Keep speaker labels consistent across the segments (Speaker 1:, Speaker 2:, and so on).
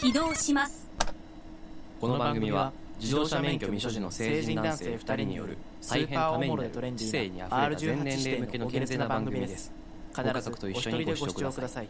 Speaker 1: 起動します
Speaker 2: この番組は自動車免許未所持の成人男性2人による大変ためになる知性にあふれた全年齢向けの健全な番組です
Speaker 3: 必ずお一人でご視聴ください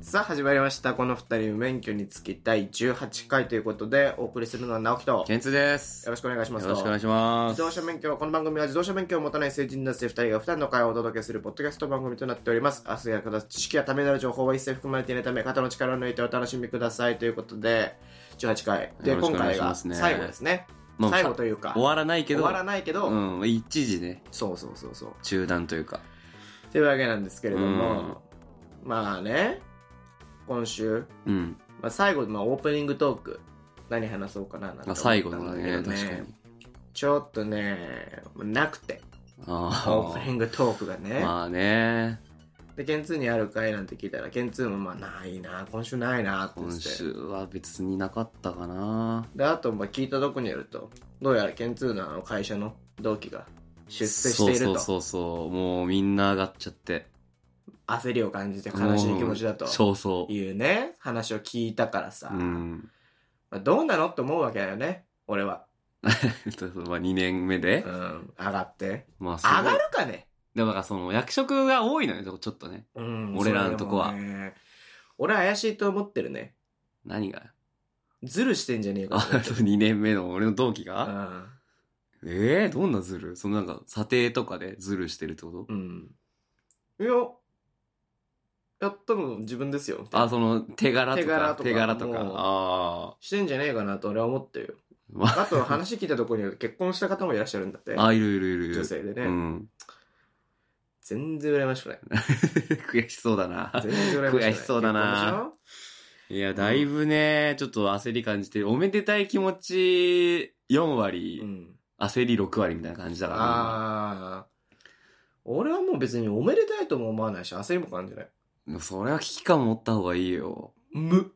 Speaker 4: さあ始まりましたこの二人免許につき第18回ということでお送りするのは直樹とよ
Speaker 5: ケンツです。よ
Speaker 4: ろしくお願いします
Speaker 5: ろしくお願いし
Speaker 4: ま
Speaker 5: ま
Speaker 4: 自
Speaker 5: す。
Speaker 4: 動車免許この番組は自動車免許を持たない成人男性2人が普段の会話をお届けするポッドキャスト番組となっております明日役立つ知識やためになる情報は一切含まれていないため肩の力を抜いてお楽しみくださいということで18回で
Speaker 5: よろし
Speaker 4: 今
Speaker 5: くお願い
Speaker 4: 回
Speaker 5: しま
Speaker 4: が
Speaker 5: すね
Speaker 4: 最後ですね
Speaker 5: もう
Speaker 4: 最後というか
Speaker 5: 終わらないけど、
Speaker 4: 終わらないけど、
Speaker 5: うん、一時ね、
Speaker 4: そうそうそうそう
Speaker 5: 中断というか。
Speaker 4: というわけなんですけれども、まあね今週
Speaker 5: うん。
Speaker 4: まあ、最後、まあ、オープニングトーク何話そうかななんて
Speaker 5: ま
Speaker 4: 思
Speaker 5: あ、
Speaker 4: ったんだ
Speaker 5: 最
Speaker 4: け
Speaker 5: 後
Speaker 4: ど
Speaker 5: のね、確かに。
Speaker 4: ちょっとねなくてオー
Speaker 5: あ
Speaker 4: プニングトークが
Speaker 5: あ。
Speaker 4: ね、
Speaker 5: まあね、
Speaker 4: でケンツーにある回なんて聞いたらケンツーもまあないな今週ないなって言っ
Speaker 5: 今
Speaker 4: てて
Speaker 5: 週は別になかったかな。
Speaker 4: であとまあ聞いたとこによるとどうやらケンツーのあの会社の同期が出世している
Speaker 5: そうそう
Speaker 4: と
Speaker 5: そうそう、もうみんな上がっちゃって。
Speaker 4: 焦りを感じて悲しい気持ちだと
Speaker 5: うんそうそう。
Speaker 4: いうね話を聞いたからさ、
Speaker 5: うん。
Speaker 4: まあ、どうなのって思うわけだよね俺は、
Speaker 5: まあ2年目で
Speaker 4: う。ん、上がって
Speaker 5: まあす
Speaker 4: 上
Speaker 5: ごい
Speaker 4: がる。かね
Speaker 5: でもなんかその役職が多いのよ、ちょっとね。
Speaker 4: うん
Speaker 5: 俺らのとこは
Speaker 4: それでもね俺は怪しいと思ってるね
Speaker 5: 何 が
Speaker 4: ズルしてんじゃねえか
Speaker 5: あ、
Speaker 4: と思ってる
Speaker 5: 2年目の俺の同期が、
Speaker 4: うん
Speaker 5: ええどんなズルそのなんか、査定とかでズルしてるってこと、
Speaker 4: うんいややったの自分ですよみたいな
Speaker 5: あ、その、手柄とか。
Speaker 4: 手柄とか
Speaker 5: と
Speaker 4: もう
Speaker 5: ああ。
Speaker 4: してんじゃねえかなと俺は思っ てるよ
Speaker 5: まあ、
Speaker 4: あと話聞いたところによると結婚した方もいらっしゃるんだって
Speaker 5: あ、いるいるいるいる。
Speaker 4: 女性でね、
Speaker 5: うん。
Speaker 4: 全然羨ましくない
Speaker 5: 悔しそうだな。
Speaker 4: 全然羨ましくない
Speaker 5: 悔しそうだなないや、だいぶね、ちょっと焦り感じて、おめでたい気持ち4割
Speaker 4: 結婚でしょ、うん
Speaker 5: 焦り6割みたいな感じだからな
Speaker 4: ああ俺はもう別におめでたいとも思わないし焦りも感じない。
Speaker 5: でもそれは危機感持った方がいいよ。
Speaker 4: 無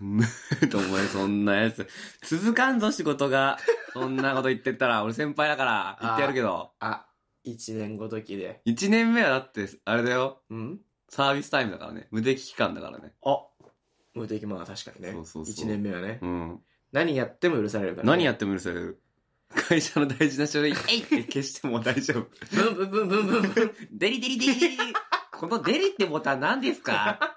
Speaker 5: む とお前そんなやつ。続かんぞ仕事が。そんなこと言ってったら、俺先輩だから、言ってやるけど。
Speaker 4: あ一年ごときで
Speaker 5: 1年目はだって、あれだよ。
Speaker 4: うん
Speaker 5: サービスタイムだからね。無敵期間だからね。
Speaker 4: あ無敵まあ確かにね
Speaker 5: そうそうそう
Speaker 4: 1年目はね、
Speaker 5: うん。
Speaker 4: 何やっても許されるから、
Speaker 5: 何や
Speaker 4: っ
Speaker 5: っても許される。会社の大事な書類、えいって消しても大丈夫。
Speaker 4: ブンブンブンブンブンブ
Speaker 5: デリデリデリデリ。このデリってボタン何ですか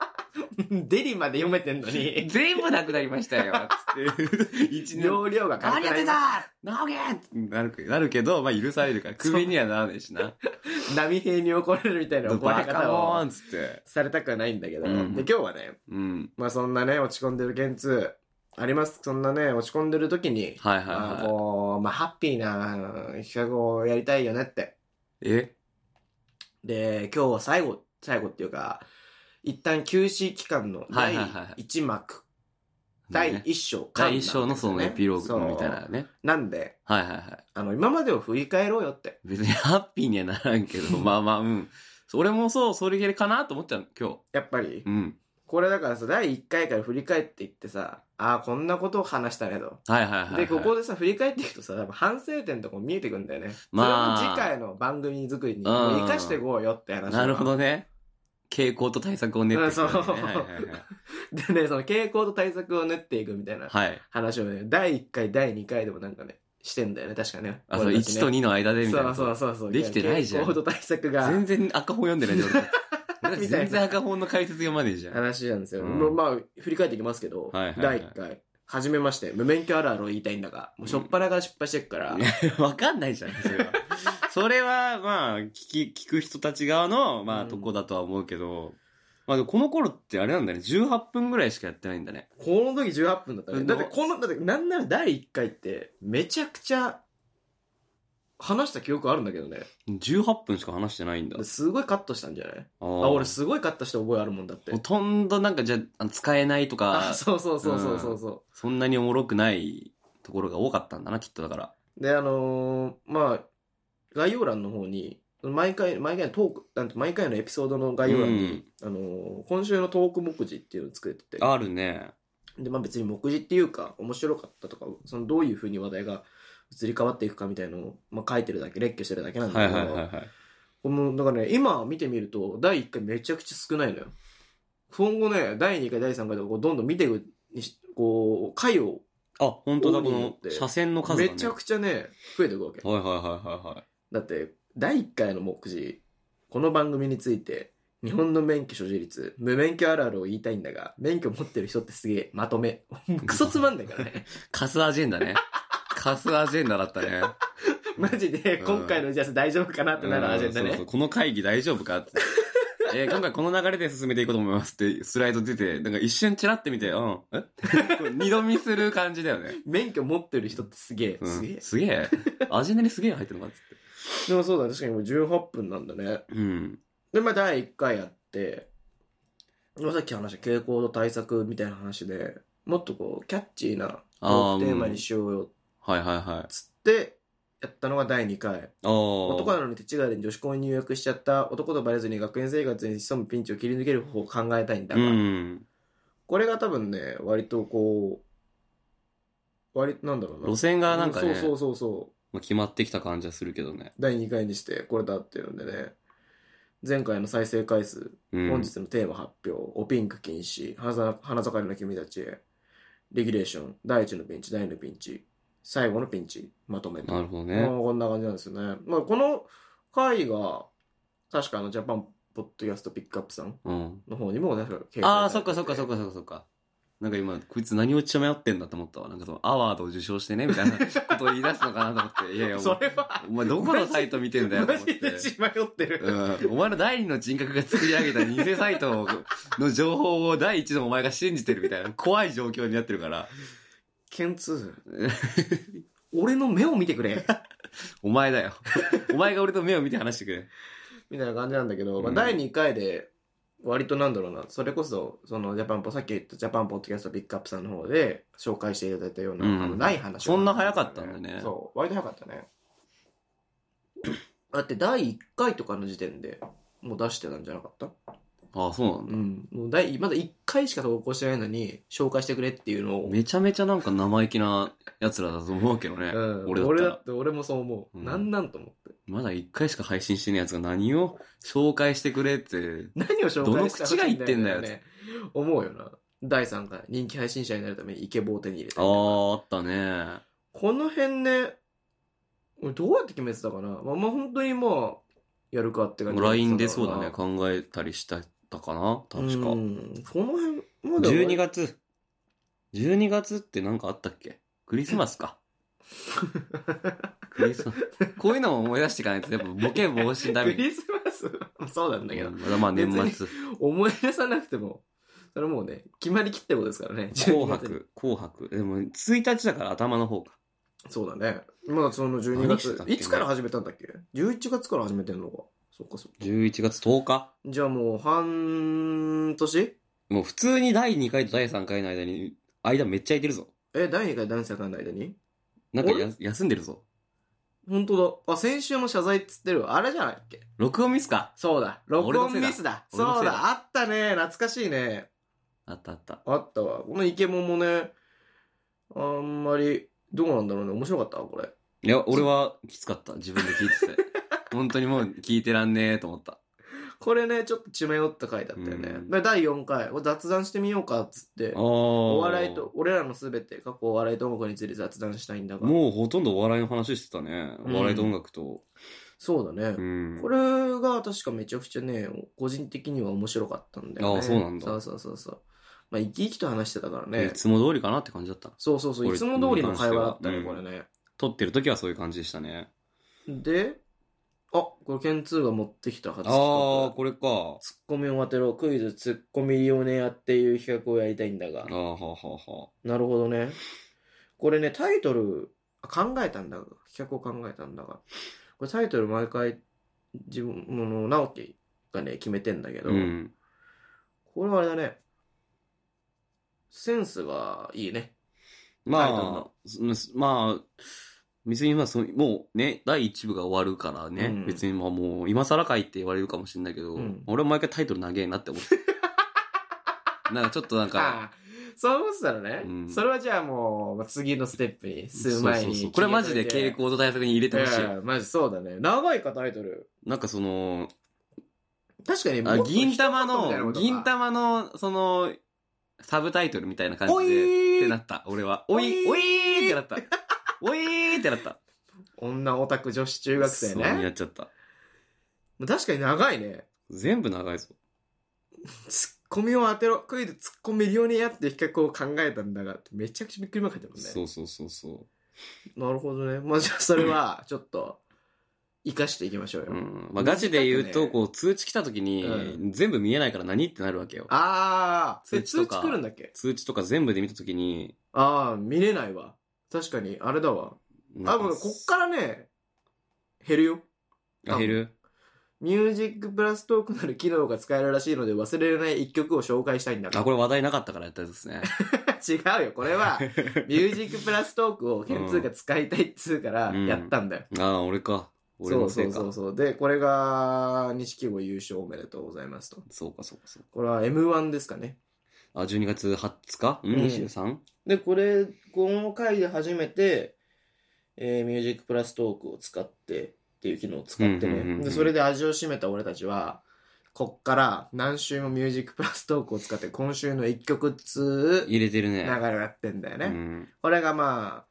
Speaker 4: ンデリまで読めてんのに
Speaker 5: 全部なくなりましたよ。つって。一年
Speaker 4: 容量が
Speaker 5: 何やって
Speaker 4: な
Speaker 5: たなおげんなるけど、なるけど、まあ許されるから、クビにはならないしな。
Speaker 4: 波平に怒られるみたいな怒ら
Speaker 5: バ
Speaker 4: れ
Speaker 5: カ
Speaker 4: 方
Speaker 5: も
Speaker 4: を
Speaker 5: んつって。
Speaker 4: されたくはないんだけど、
Speaker 5: うん
Speaker 4: で今日はね
Speaker 5: うん。
Speaker 4: まあそんなね落ち込んでる件数ありますそんなね落ち込んでる時に、
Speaker 5: はいはい
Speaker 4: まあ
Speaker 5: はい。
Speaker 4: こうまあハッピーな企画をやりたいよねって
Speaker 5: え
Speaker 4: で今日は最後最後っていうか一旦休止期間の第
Speaker 5: はいはいはい
Speaker 4: 1幕、第
Speaker 5: ね
Speaker 4: 1章
Speaker 5: 第一章のそのエピロー
Speaker 4: そう
Speaker 5: グみたいなね。
Speaker 4: なんで
Speaker 5: はいはいはい。
Speaker 4: あの今までを振り返ろうよって
Speaker 5: 別にハッピーにはならん けど、まあまあ、うん。俺もそう、それ系かなと思っちゃう、今日。
Speaker 4: やっぱり
Speaker 5: うん。
Speaker 4: これだからさ第1回から振り返っていってさああこんなことを話したねと。
Speaker 5: はいはいはい、はい。
Speaker 4: でここでさ振り返っていくとさ多分反省点とかも見えてくんだよね、
Speaker 5: まあ
Speaker 4: それも次回の番組作りに
Speaker 5: ん
Speaker 4: もう生かしていこうよって話
Speaker 5: なるほどね。傾向と対策を練っていくから
Speaker 4: そう
Speaker 5: ね。はいはい
Speaker 4: でねその傾向と対策を練っていくみたいな
Speaker 5: はい。はい。
Speaker 4: 話をね第1回第2回でもなんかねしてんだよね確かね
Speaker 5: あ、そう、
Speaker 4: 俺たち
Speaker 5: 1と
Speaker 4: ね
Speaker 5: 2の間でみたいな。
Speaker 4: そうそうそうそう
Speaker 5: できてないじゃん
Speaker 4: 傾向と対策が
Speaker 5: 全然赤本読んでないじゃん俺俺たち
Speaker 4: みたいな
Speaker 5: 全然赤本の解説読まねえじゃん。はい
Speaker 4: 話なんですよ、
Speaker 5: うん
Speaker 4: まあまあ振り返っていきますけど、
Speaker 5: はいはいはい
Speaker 4: 第1回初めまして無免許あるあるを言いたいんだがもうしょっぱなから失敗してっから、
Speaker 5: わかんないじゃん、それは。それは、まあ、聞き、聞く人たち側の、まあ、とこだとは思うけど、まあ、でもこの頃ってあれなんだね、18分ぐらいしかやってないんだね。
Speaker 4: この時18分だったね
Speaker 5: うん
Speaker 4: だってこのだってなんなら第1回ってめちゃくちゃ話した記憶あるんだけどね
Speaker 5: 18分しか話してないんだ。
Speaker 4: すごいカットしたんじゃない
Speaker 5: あ
Speaker 4: あ
Speaker 5: ー
Speaker 4: 俺すごいカットした覚えあるもんだって
Speaker 5: ほとんどなんかじゃあ使えないと
Speaker 4: あ
Speaker 5: か、そ
Speaker 4: そうそうそうそうそうそ
Speaker 5: んなにおもろくないところが多かったんだな、きっとだから。
Speaker 4: うであのーまあ概要欄の方に毎回毎回のトークなんて毎回のエピソードの概要欄に、あのー今週のトーク目次っていうのを作ってて
Speaker 5: あるね。
Speaker 4: で、まあ別に目次っていうか、面白かったとか、そのどういうふうに話題が移り変わっていくかみたいのを、まあ書いてるだけ、列挙してるだけなん
Speaker 5: は
Speaker 4: だ
Speaker 5: い
Speaker 4: け
Speaker 5: はい
Speaker 4: ど、
Speaker 5: はいはい。
Speaker 4: この、だからね、今見てみると、第1回めちゃくちゃ少ないのよ。今後ね、第2回、第3回とか、こうどんどん見ていくにし、こう、回を、
Speaker 5: あ、本当だ、
Speaker 4: 多い
Speaker 5: こ
Speaker 4: の
Speaker 5: の
Speaker 4: って
Speaker 5: 車線の数が、ね。
Speaker 4: めちゃくちゃね、増えていくわけ。
Speaker 5: はいはいはいはいはい。
Speaker 4: だって、第1回の目次、この番組について、日本の免許所持率、無免許あるあるを言いたいんだが、免許持ってる人ってすげえ、まとめ。 クソつまんないからね。
Speaker 5: カスアジェンダね。カスアジェンダだったね。
Speaker 4: マジで、
Speaker 5: うん
Speaker 4: 今回のジャス大丈夫かなってなるアジェンダ
Speaker 5: うんそうそ
Speaker 4: ね
Speaker 5: う。この会議大丈夫かって。えー今回この流れで進めていこうと思いますってスライド出て、なんか一瞬チラって見て、うん、え これ二度見する感じだよね。
Speaker 4: 免許持ってる人ってすげえ、
Speaker 5: うん
Speaker 4: すげえ。
Speaker 5: すげえ。アジェンダにすげえ入ってるのかっつっ
Speaker 4: でもそうだ、確かにもう18分なんだね。
Speaker 5: て。うん。
Speaker 4: で、まあ、第1回やって、まあさっき話した傾向と対策みたいな話で、もっとこう、キャッチーな
Speaker 5: あー
Speaker 4: トークテーマにしようよっ
Speaker 5: はいはいはい。
Speaker 4: つって、やったのが第2回。
Speaker 5: ああ。
Speaker 4: 男なのに手違いで女子校に入学しちゃった男とバレずに学園生活に潜むピンチを切り抜ける方法を考えたいんだ
Speaker 5: う
Speaker 4: が、
Speaker 5: ん。
Speaker 4: これが多分ね、割とこう、割となんだろうな。
Speaker 5: 路線がなんかね、
Speaker 4: そうそうそうそう。
Speaker 5: まあ決まってきた感じはするけどね。
Speaker 4: 第2回にしてこれだっていうのでね、前回の再生回数、
Speaker 5: うん。
Speaker 4: 本日のテーマ発表、おピンク禁止、花ざ花盛りの君たちへ、レギュレーション、第1のピンチ、第2のピンチ、最後のピンチ、まとめた。
Speaker 5: なるほど
Speaker 4: まあ
Speaker 5: ね。
Speaker 4: こんな感じなんですよね。まあ、この回が、確かあの、ジャパンポッドキャストピックアップさん
Speaker 5: うん。
Speaker 4: の方にも、確か掲載されてて
Speaker 5: ああ、そっかそっかそっかそっかそっか。なんか今、こいつ何を血迷ってんだと思ったわ。なんかそのアワードを受賞してね、みたいなことを言い出すのかなと思って。いやいや、お前
Speaker 4: それは、
Speaker 5: お前どこのサイト見てんだよと
Speaker 4: マ
Speaker 5: 思って
Speaker 4: ジ。で血迷ってる。
Speaker 5: うん、お前の第二の人格が作り上げた偽サイトの情報を第一のお前が信じてるみたいな怖い状況になってるから、
Speaker 4: ケンツー 俺の目を見てくれ。
Speaker 5: お前 だよ。お前が俺と目を見て話してくれ。
Speaker 4: みたいな感じなんだけど、ま
Speaker 5: う
Speaker 4: あ、
Speaker 5: ん
Speaker 4: 第2回で、割となんだろうな、それこそ、そのジャパンポ、さっき言ったジャパンポッドキャストピックアップさんの方で紹介していただいたような、
Speaker 5: うん
Speaker 4: あのない話
Speaker 5: そんな早かったんだね
Speaker 4: そう、割と早かったね。 だって第1回とかの時点でもう出してたんじゃなかった
Speaker 5: ああ、そうなん
Speaker 4: う
Speaker 5: だ。
Speaker 4: ん。もう第、まだ1回しか投稿してないのに、紹介してくれっていうのを。
Speaker 5: めちゃめちゃなんか生意気な奴らだと思うけどね。
Speaker 4: うん、
Speaker 5: 俺
Speaker 4: 俺
Speaker 5: だっ
Speaker 4: だ
Speaker 5: たら
Speaker 4: っ。て俺もそう思う、
Speaker 5: うん
Speaker 4: なんなんと思って
Speaker 5: まだ一回しか配信してない奴が何を紹介してくれって。
Speaker 4: 何を紹介してほしい
Speaker 5: どの口が言ってんだよ
Speaker 4: ね思うよな第3回人気配信者になるためにイケボを手に入れた
Speaker 5: ああ、あったね。
Speaker 4: この辺ね、俺どうやって決めてたかなまあ、まあ、本当にまあ、やるかって感じ。
Speaker 5: LINE でそうだね、考えたりしたかな確か
Speaker 4: う。んこの辺、まだ
Speaker 5: 12月。12月ってなんかあったっけクリスマスか。クリ スマス。こういうのも思い出していかないと、やっぱボケ防止のた
Speaker 4: ク
Speaker 5: めに。
Speaker 4: リスマス そうなんだけど、
Speaker 5: まだまあ年末。
Speaker 4: 思い出さなくても、それもうね、決まりきってることですからね。
Speaker 5: 紅
Speaker 4: 12月に。
Speaker 5: 白、紅白。でも、1日だから頭の方か。
Speaker 4: そうだね。まだその12
Speaker 5: 何してた
Speaker 4: 月
Speaker 5: っ、けね
Speaker 4: いつから始めたんだっけ ?11 月から始めてんのか。そっかそっか。
Speaker 5: 11月10日。
Speaker 4: じゃあもう半年
Speaker 5: もう普通に第2回と第3回の間に、間めっちゃ空いてるぞ。
Speaker 4: え、第2回、第3回の間に
Speaker 5: なんか
Speaker 4: あ
Speaker 5: や休んでるぞ。
Speaker 4: 本当だ。あ、先週も謝罪っつってるわあれじゃないっけ
Speaker 5: 録音ミスか。
Speaker 4: そうだ。
Speaker 5: 俺
Speaker 4: 録
Speaker 5: の
Speaker 4: 音
Speaker 5: せいだ
Speaker 4: ミスだ。
Speaker 5: 俺のせい
Speaker 4: そ
Speaker 5: うだ
Speaker 4: だ。あったね。懐かしいね。
Speaker 5: あったあった。
Speaker 4: あったわ。このイケモンもね、あんまり、どうなんだろうね。面白かったこれ。
Speaker 5: いや、俺はきつかった。自分で聞いて て。本当にもう聞いてらんねえと思った。
Speaker 4: これね、ちょっと血迷った回だったよね
Speaker 5: う。ん
Speaker 4: で第4回、これ雑談してみようかっつって、
Speaker 5: お
Speaker 4: お笑いと、俺らのすべて、過去お笑いと音楽について雑談したいんだが。
Speaker 5: もうほとんどお笑いの話してたね。
Speaker 4: うん
Speaker 5: お笑いと音楽と。
Speaker 4: そうだね。
Speaker 5: うん。
Speaker 4: これが確かめちゃくちゃね、個人的には面白かったんだよね。
Speaker 5: あそうなんだ
Speaker 4: そうそうそうそう。まあ、生き生きと話してたからね
Speaker 5: い。つも通りかなって感じだった。
Speaker 4: そうそうそ
Speaker 5: こ
Speaker 4: う。
Speaker 5: れ
Speaker 4: いつも通りの会話だった
Speaker 5: う
Speaker 4: ね、
Speaker 5: ん
Speaker 4: これね。
Speaker 5: 撮ってる時はそういう感じでしたね。
Speaker 4: で、あ、これ、ケンツーが持ってきた初
Speaker 5: ああー、
Speaker 4: 企画。
Speaker 5: これか。
Speaker 4: ツッコミを当てろ、クイズツッコミリオネアっていう企画をやりたいんだが
Speaker 5: あ。あ、はあはあはあ。
Speaker 4: なるほどね。これね、タイトル、あ考えたんだが、企画を考えたんだが。これタイトル毎回、自分、もの、直樹がね、決めてんだけど、
Speaker 5: うん。
Speaker 4: これはあれだね。センスがいいね。
Speaker 5: ま
Speaker 4: タイトル
Speaker 5: あ、すまあ、別に今そう、もうね、第一部が終わるからね、
Speaker 4: うん
Speaker 5: 別にまあもう、今更かいって言われるかもしれないけど、
Speaker 4: うん
Speaker 5: 俺は毎回タイトル長えなって思って。なんかちょっとなんか、
Speaker 4: あーそう思ってたのね、
Speaker 5: うん
Speaker 4: それはじゃあもう次のステップに
Speaker 5: そ
Speaker 4: 数
Speaker 5: う
Speaker 4: 前
Speaker 5: そう
Speaker 4: に
Speaker 5: そうこれマジで傾向と対策に入れてほしい。
Speaker 4: うんマジそうだね長いかタイトル
Speaker 5: なんかその、
Speaker 4: 確かに
Speaker 5: あ
Speaker 4: もっと
Speaker 5: 銀玉
Speaker 4: 一言
Speaker 5: の、
Speaker 4: みたいな
Speaker 5: 銀
Speaker 4: ことか
Speaker 5: 玉の、その、サブタイトルみたいな感
Speaker 4: おい
Speaker 5: じで、
Speaker 4: ー
Speaker 5: ってなった、俺は。おい、
Speaker 4: お
Speaker 5: おい
Speaker 4: いー
Speaker 5: ーってなった。おいーってなった。
Speaker 4: 女オタク女子中学生
Speaker 5: そうに
Speaker 4: ね
Speaker 5: なっちゃった。
Speaker 4: 確かに長いね
Speaker 5: 全部長いぞ。
Speaker 4: ツッコミを当てろクイズツッコミ量にやって比較を考えたんだがめちゃくちゃびっくりまかいてるもんね
Speaker 5: そうそうそうそ
Speaker 4: なるほどねまあじゃあそれはちょっと生かしていきましょうよ、
Speaker 5: う。うん。まあ、ガチで言う
Speaker 4: 短く
Speaker 5: と、
Speaker 4: ね
Speaker 5: こう、通知来た時
Speaker 4: う
Speaker 5: に、全部見えないから何ってなるわけよ。
Speaker 4: ああ
Speaker 5: 通
Speaker 4: 通知
Speaker 5: 知
Speaker 4: 通
Speaker 5: と
Speaker 4: 知
Speaker 5: か
Speaker 4: 来るんだっけ
Speaker 5: 通知とか全部で見た時に、
Speaker 4: ああ見れないわ確かにあれだわあもうこっからね減るよ
Speaker 5: ら減る
Speaker 4: ミュージックプラストークなる機能が使えるらしいので忘れられない一曲を紹介したいんだ
Speaker 5: あ、
Speaker 4: が
Speaker 5: これ話題なかったからやったやつですね。
Speaker 4: 違うよこ れはミュージックプラストークをケンツーが使いたいっつうから
Speaker 5: うん
Speaker 4: やったんだよ、
Speaker 5: ああ、俺か。俺のせいか。
Speaker 4: そ
Speaker 5: そう
Speaker 4: そう
Speaker 5: う
Speaker 4: そうそうでこれが錦鯉優勝おめでとうございますと
Speaker 5: か、そうか、そう
Speaker 4: これは m 1ですかね
Speaker 5: か。あ、12月20日うん
Speaker 4: うん
Speaker 5: ?23?
Speaker 4: でこれこの回で初めて、えーミュージックプラストークを使ってっていう機能を使ってね、
Speaker 5: うんうんうんうん
Speaker 4: でそれで味を占めた俺たちはこっから何週もミュージックプラストークを使って今週の1曲っつう
Speaker 5: 入れてるね。
Speaker 4: 流れになってんだよね、
Speaker 5: うん
Speaker 4: これがまあ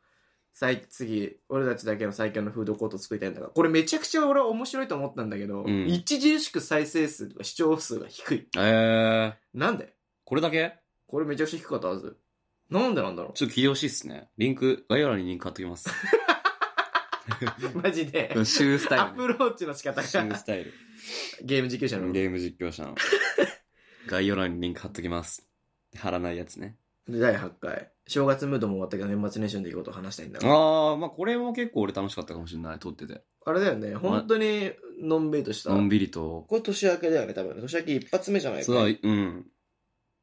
Speaker 4: 最次俺たちだけの最強のフードコート作りたいんだからこれめちゃくちゃ俺は面白いと思ったんだけど、
Speaker 5: うん
Speaker 4: 著しく再生数とか視聴数が低い
Speaker 5: えー、
Speaker 4: なんで
Speaker 5: これだけ
Speaker 4: これめちゃくちゃ低かったはずなんでなんだろ
Speaker 5: ちょっと聞いてほしいっすね。リンク、概要欄にリンク貼っときます。
Speaker 4: う マジで
Speaker 5: シュースタイル
Speaker 4: ア
Speaker 5: ね。
Speaker 4: プローチの仕 方
Speaker 5: シュー
Speaker 4: が
Speaker 5: スタイル。
Speaker 4: ゲーム実況者の
Speaker 5: ゲーム実況者 の。概要欄にリンク貼っときます。貼らないやつね。
Speaker 4: 第8回正月ムードも終わったけど年末年始の出来事を話したいんだが
Speaker 5: ああ、まあこれも結構俺楽しかったかもしれない、撮ってて。
Speaker 4: あれだよね本当にのんびりとした
Speaker 5: のん
Speaker 4: こ
Speaker 5: びりと。
Speaker 4: れ年明けだよね多分年明け一発目じゃないか
Speaker 5: そう
Speaker 4: な
Speaker 5: だ、うん。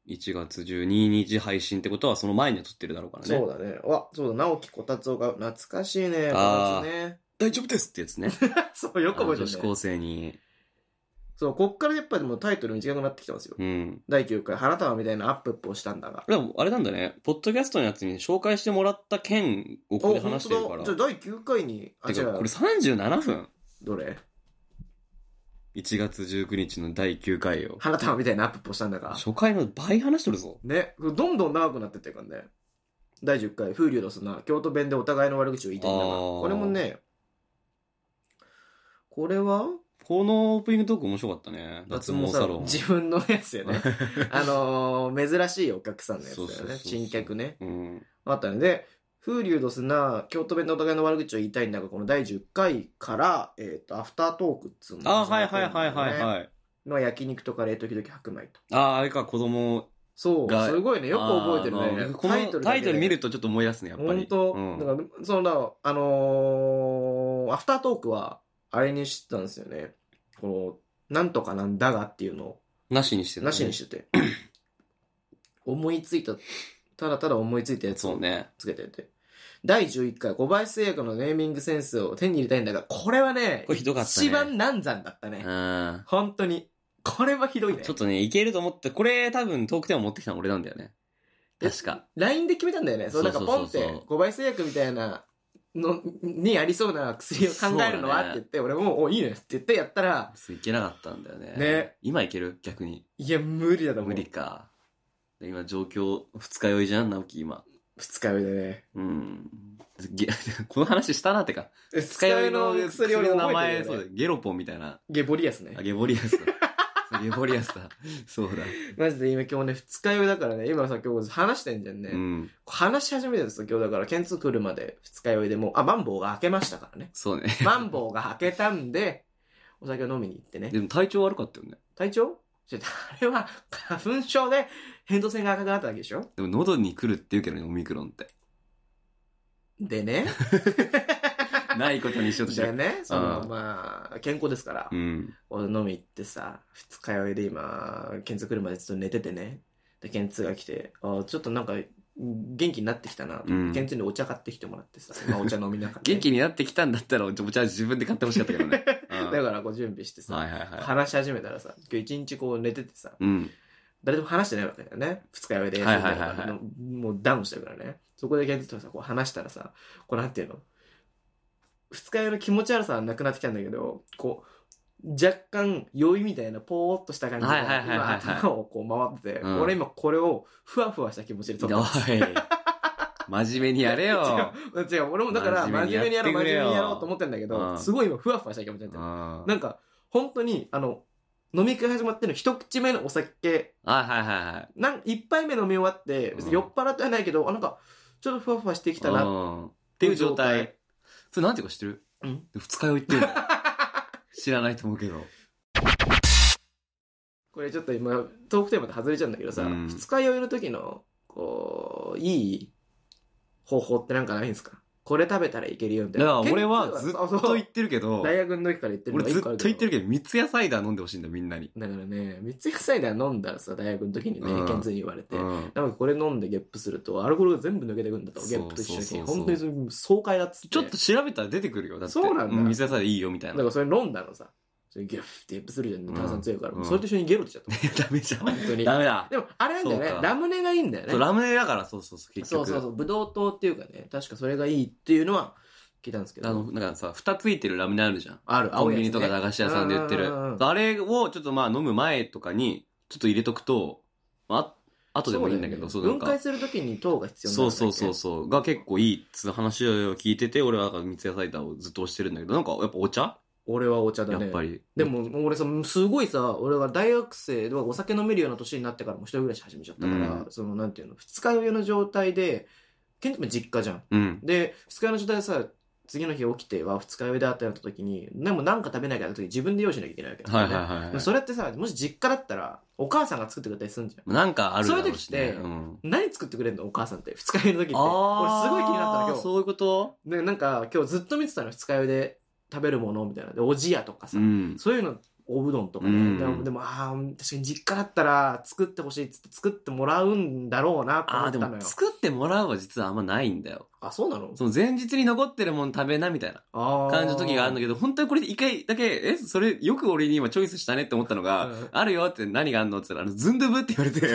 Speaker 5: 1月12日配信ってことはその前には撮ってるだろうからね。
Speaker 4: そうだねわそうだ直樹こたつおが懐かしいねこた
Speaker 5: あー
Speaker 4: つね
Speaker 5: 大丈夫ですってや つね。
Speaker 4: そうよく
Speaker 5: あの
Speaker 4: 覚えて
Speaker 5: 女子
Speaker 4: るね
Speaker 5: 高生に。
Speaker 4: そうこっからやっぱでもタイトル短くなってきてますよ
Speaker 5: うん。
Speaker 4: 第9回花束みたいなアップアップをしたんだが
Speaker 5: でもあれなんだね、ポッドキャストのやつに紹介してもらった件をここで話してるか
Speaker 4: お
Speaker 5: ら。
Speaker 4: 本当だじゃあ第9回にあ
Speaker 5: て
Speaker 4: 違
Speaker 5: か、
Speaker 4: う
Speaker 5: これ37分。
Speaker 4: どれ
Speaker 5: 1月19日の第9回よ。
Speaker 4: 花束みたいなアップアップをしたんだが
Speaker 5: 初回の倍話しとるぞ。
Speaker 4: ね、どんどん長くなってってるからね。第10回、風流の砂、京都弁でお互いの悪口を言いたいんだが、
Speaker 5: あー
Speaker 4: これもね、これは
Speaker 5: このオープニングトーク面白かったね。脱毛サロン。
Speaker 4: 自分のやつ よね。あのー珍しいお客さんのやつだよ
Speaker 5: そうそうそう
Speaker 4: ね。
Speaker 5: そう
Speaker 4: 珍客ね。
Speaker 5: うん。
Speaker 4: あったね。で、風流の砂、京都弁でお互いの悪口を言いたいんだが、この第10回から、えっ、と、アフタートークっつうの
Speaker 5: あ
Speaker 4: が
Speaker 5: ー、
Speaker 4: 始ま
Speaker 5: はい
Speaker 4: って
Speaker 5: はい
Speaker 4: るんだ
Speaker 5: はい
Speaker 4: よね
Speaker 5: はいはい。
Speaker 4: まあ、焼肉とカレー時々白米と。
Speaker 5: ああ、あれか、子供。
Speaker 4: そう、
Speaker 5: が
Speaker 4: すごいね。よく覚えて
Speaker 5: あ
Speaker 4: る
Speaker 5: ー
Speaker 4: ね。
Speaker 5: この
Speaker 4: だ
Speaker 5: タ
Speaker 4: け
Speaker 5: イ
Speaker 4: で
Speaker 5: トル見るとちょっと思い出すね、やっぱり。
Speaker 4: 本当、
Speaker 5: うん
Speaker 4: だからそのだからあのーアフタートークはあれにしてたんですよねこのなんとかなんだがっていうのを
Speaker 5: なしにしてた、
Speaker 4: なしにしてて、思いついたただただ思いついたやつ
Speaker 5: そう
Speaker 4: を
Speaker 5: ね。
Speaker 4: つけてて、第11回小林製薬のネーミングセンスを手に入れたいんだがこれはね
Speaker 5: これひどかったね
Speaker 4: 一番難産だったね、
Speaker 5: うん。
Speaker 4: 本当にこれはひどいね
Speaker 5: ちょっとね、いけると思って、これ多分トークテーマ持ってきたの俺なんだよね。確か。
Speaker 4: LINE で決めたんだよね。そう、
Speaker 5: そ
Speaker 4: なん
Speaker 5: うそう
Speaker 4: かポ
Speaker 5: そ
Speaker 4: ン
Speaker 5: う
Speaker 4: っ
Speaker 5: そう
Speaker 4: て、小林製薬みたいなのにありそうな薬を考えるのは
Speaker 5: そう
Speaker 4: って
Speaker 5: だね
Speaker 4: 言って、俺も、お、いいねって言ってやったら、
Speaker 5: いけなかったんだよね。
Speaker 4: ね。
Speaker 5: 今いける逆に。
Speaker 4: いや、無理だと思う。
Speaker 5: 無理か。で今、状況、二日酔いじゃん、直樹今。
Speaker 4: 二日酔いでね。
Speaker 5: うん。げ この話したなってか。
Speaker 4: 二
Speaker 5: 二日酔いの
Speaker 4: 薬
Speaker 5: 薬
Speaker 4: を
Speaker 5: の名
Speaker 4: 覚え
Speaker 5: 前、
Speaker 4: て
Speaker 5: そ
Speaker 4: る
Speaker 5: う
Speaker 4: よ
Speaker 5: だ
Speaker 4: ね。、
Speaker 5: ゲロポンみたいな。
Speaker 4: ゲボリアスね
Speaker 5: あ、。ゲボリアスだ。ゲボリアスだ。そうだ。
Speaker 4: マジで今今日ね、二日酔いだからね、今さ、今日話してんじゃんね。
Speaker 5: うん。。
Speaker 4: 話し始めてるんですよ、今日だから。ケンツー来るまで二日酔いでもう、あ、マンボウが開けましたからね
Speaker 5: そうね。
Speaker 4: マンボウが開けたんで、お酒を飲みに行ってね。
Speaker 5: でも体調悪かったよね。
Speaker 4: 体調ちょっとあれは花粉症で扁桃腺が赤くなっただけでしょ
Speaker 5: でも喉に来るって言うけどね、オミクロンって。
Speaker 4: でね。
Speaker 5: ないことにしようとして
Speaker 4: で
Speaker 5: る。
Speaker 4: ね、その、
Speaker 5: うん
Speaker 4: まあ、健康ですから、
Speaker 5: うん。
Speaker 4: 俺飲み行ってさ、二日酔いで今、ケンツー来るまでずっと寝ててね。で、ケンツーが来て、あーちょっとなんか、元気になってきたなと、
Speaker 5: うん
Speaker 4: ケンツーにお茶買ってきても らってさ、まあ、お茶飲みながらね、
Speaker 5: 元気になってきたんだったら、お茶は自分で買ってほしかったけどね。うん
Speaker 4: だからこう準備してさ、
Speaker 5: はいはいはい。
Speaker 4: 話し始めたらさ、今日一日こう寝ててさ、
Speaker 5: うん。
Speaker 4: 誰とも話してないわけだよね。二日酔いで、
Speaker 5: はいはいはいはい
Speaker 4: あのもうダウンしてるからね。そこで現実とさ、こう話したらさ、こうなんていうの、二日酔いの気持ち悪さはなくなってきたんだけど、こう、若干酔いみたいなぽーっとした感じで、
Speaker 5: はいはいはいはいはい
Speaker 4: 今頭をこう回ってて、
Speaker 5: うん
Speaker 4: 俺今これをふわふわした気持ちで撮って
Speaker 5: おい
Speaker 4: ます。
Speaker 5: 真面目にやれ よ。
Speaker 4: 違う、違う俺もだから真
Speaker 5: 真面
Speaker 4: 面目
Speaker 5: 目
Speaker 4: に
Speaker 5: に
Speaker 4: や
Speaker 5: やって
Speaker 4: ろう、
Speaker 5: く
Speaker 4: 真
Speaker 5: れ
Speaker 4: 面
Speaker 5: よ
Speaker 4: 目にやろうと思ってんだけ
Speaker 5: う
Speaker 4: ど、
Speaker 5: ん
Speaker 4: すごい今ふわふわした気持ちになってる。
Speaker 5: な
Speaker 4: なんか、本当に、あの、飲み会始まっての一口目のお酒、
Speaker 5: はいはいはいはい。
Speaker 4: なん一杯目飲み終わって、別に酔っ払ってはないけど、あ、なんか、ちょっとふわふわしてきたな。
Speaker 5: うんっていう状態。それなんていうか知ってる
Speaker 4: うん
Speaker 5: 二日酔いっていう の知らないと思うけど。
Speaker 4: これちょっと今、トークテーマと外れちゃうんだけどさ、二、
Speaker 5: うん
Speaker 4: 日酔いの時の、こう、いい方法ってなんかないんですかこれ食べたらいけるよみた
Speaker 5: だ
Speaker 4: い
Speaker 5: か
Speaker 4: な。
Speaker 5: ら俺はずっ
Speaker 4: 結構
Speaker 5: と言ってるけ
Speaker 4: そう
Speaker 5: ど、
Speaker 4: 大学の時から言ってる
Speaker 5: 俺ずっと言ってる
Speaker 4: け
Speaker 5: けど、三ツ矢サイダー飲んでほしいんだよ、みんなに。
Speaker 4: ど。だからね、三つ野菜では飲んだらさ、大学の時にね、
Speaker 5: うん
Speaker 4: 健通に言われて、
Speaker 5: うん
Speaker 4: なんかこれ飲んでゲップすると、アルコールが全部抜けてくんだと、ゲップと一緒に。
Speaker 5: そうそうそうそう
Speaker 4: 本当にそれ爽快だっつって。
Speaker 5: ちょっと調べたら出てくるよ。だって、
Speaker 4: そうなんだ
Speaker 5: 三ツ矢サイダーでいいよ、みたい
Speaker 4: だ
Speaker 5: な
Speaker 4: か。らそれ飲んだのさ。それゲップってゲップするじゃん。
Speaker 5: うん
Speaker 4: 炭酸強いから。
Speaker 5: うん
Speaker 4: それと一緒にゲロ出ちゃっ た。
Speaker 5: ダメじゃん。
Speaker 4: 本当に。
Speaker 5: ダメだ。
Speaker 4: でも、あれなんだよね
Speaker 5: そう。か
Speaker 4: ラムネがいいんだよね。
Speaker 5: そうラムネだから、そうそうそう、結
Speaker 4: そう
Speaker 5: 局。
Speaker 4: そうそう。ブドウ糖っていうかね、確かそれがいいっていうのは聞いたんですけど。
Speaker 5: あの、なんかさ、蓋ついてるラムネあるじゃん。
Speaker 4: ある、
Speaker 5: コ
Speaker 4: 青
Speaker 5: ン
Speaker 4: い
Speaker 5: ビ
Speaker 4: や
Speaker 5: ニ
Speaker 4: つね
Speaker 5: とか駄菓子屋さんで売って
Speaker 4: うんうんうん
Speaker 5: る。あれをちょっとまあ飲む前とかに、ちょっと入れとくと、まあ、後でもいいんだけど、そ
Speaker 4: そ
Speaker 5: うう,、
Speaker 4: だよ
Speaker 5: な
Speaker 4: ね
Speaker 5: ん
Speaker 4: 分解
Speaker 5: か。
Speaker 4: するときに糖が必要にな
Speaker 5: そ
Speaker 4: るん
Speaker 5: う
Speaker 4: だっけ
Speaker 5: そうそうそう。が結構いいっつう話を聞いてて、俺はなんか三ツ矢サイダーをずっと推してるんだけど、なんかやっぱお茶、
Speaker 4: 俺はお茶だ
Speaker 5: やっ
Speaker 4: ね。
Speaker 5: ぱり。
Speaker 4: でも、もう俺さ、すごいさ、俺は大学生でお酒飲めるような年になってからもう一人暮らし始めちゃったから、
Speaker 5: う
Speaker 4: その、なんていうの、二日酔いの状態で、ケントも実家じゃん。
Speaker 5: うん。
Speaker 4: で、二日酔いの状態でさ、次の日起きては二日酔いだってなった時に、でもなんか食べなきゃって時自分で用意しなきゃいけないわけだか
Speaker 5: は
Speaker 4: ら
Speaker 5: い
Speaker 4: ね
Speaker 5: はいはい、
Speaker 4: でもそれってさ、もし実家だったら、お母さんが作ってくれたりするんじゃん。
Speaker 5: なんかあるだろうし、ね、
Speaker 4: そういう時って
Speaker 5: ん、
Speaker 4: 何作ってくれるのお母さんって。二日酔いの時って。
Speaker 5: あ
Speaker 4: 俺すごい気になったの、
Speaker 5: の
Speaker 4: 今日。
Speaker 5: そういうこと
Speaker 4: で、なんか、今日ずっと見てたの、二日酔いで食べるものみたいな。で、おじやとかさ
Speaker 5: う。ん。
Speaker 4: そういうの、おうどんとか
Speaker 5: う
Speaker 4: ね。
Speaker 5: ん
Speaker 4: でも、でもああ、確かに実家だったら、作ってほしいっつって作ってもらうんだろうな、と
Speaker 5: あ
Speaker 4: 思
Speaker 5: あ、
Speaker 4: っ
Speaker 5: で
Speaker 4: たの
Speaker 5: も
Speaker 4: よ。
Speaker 5: 作ってもらうは実はあんまないんだよ。
Speaker 4: あ、そうなの
Speaker 5: その前日に残ってるもの食べなみたいな
Speaker 4: ああ。
Speaker 5: 感じの時があるんだ
Speaker 4: け
Speaker 5: けど、本当にこれ一回だけ、え、それよく俺に今チョイスしたねって思ったのが、
Speaker 4: うん
Speaker 5: あるよって何があんのって言ったら、あの、ズンドゥブって言われ て、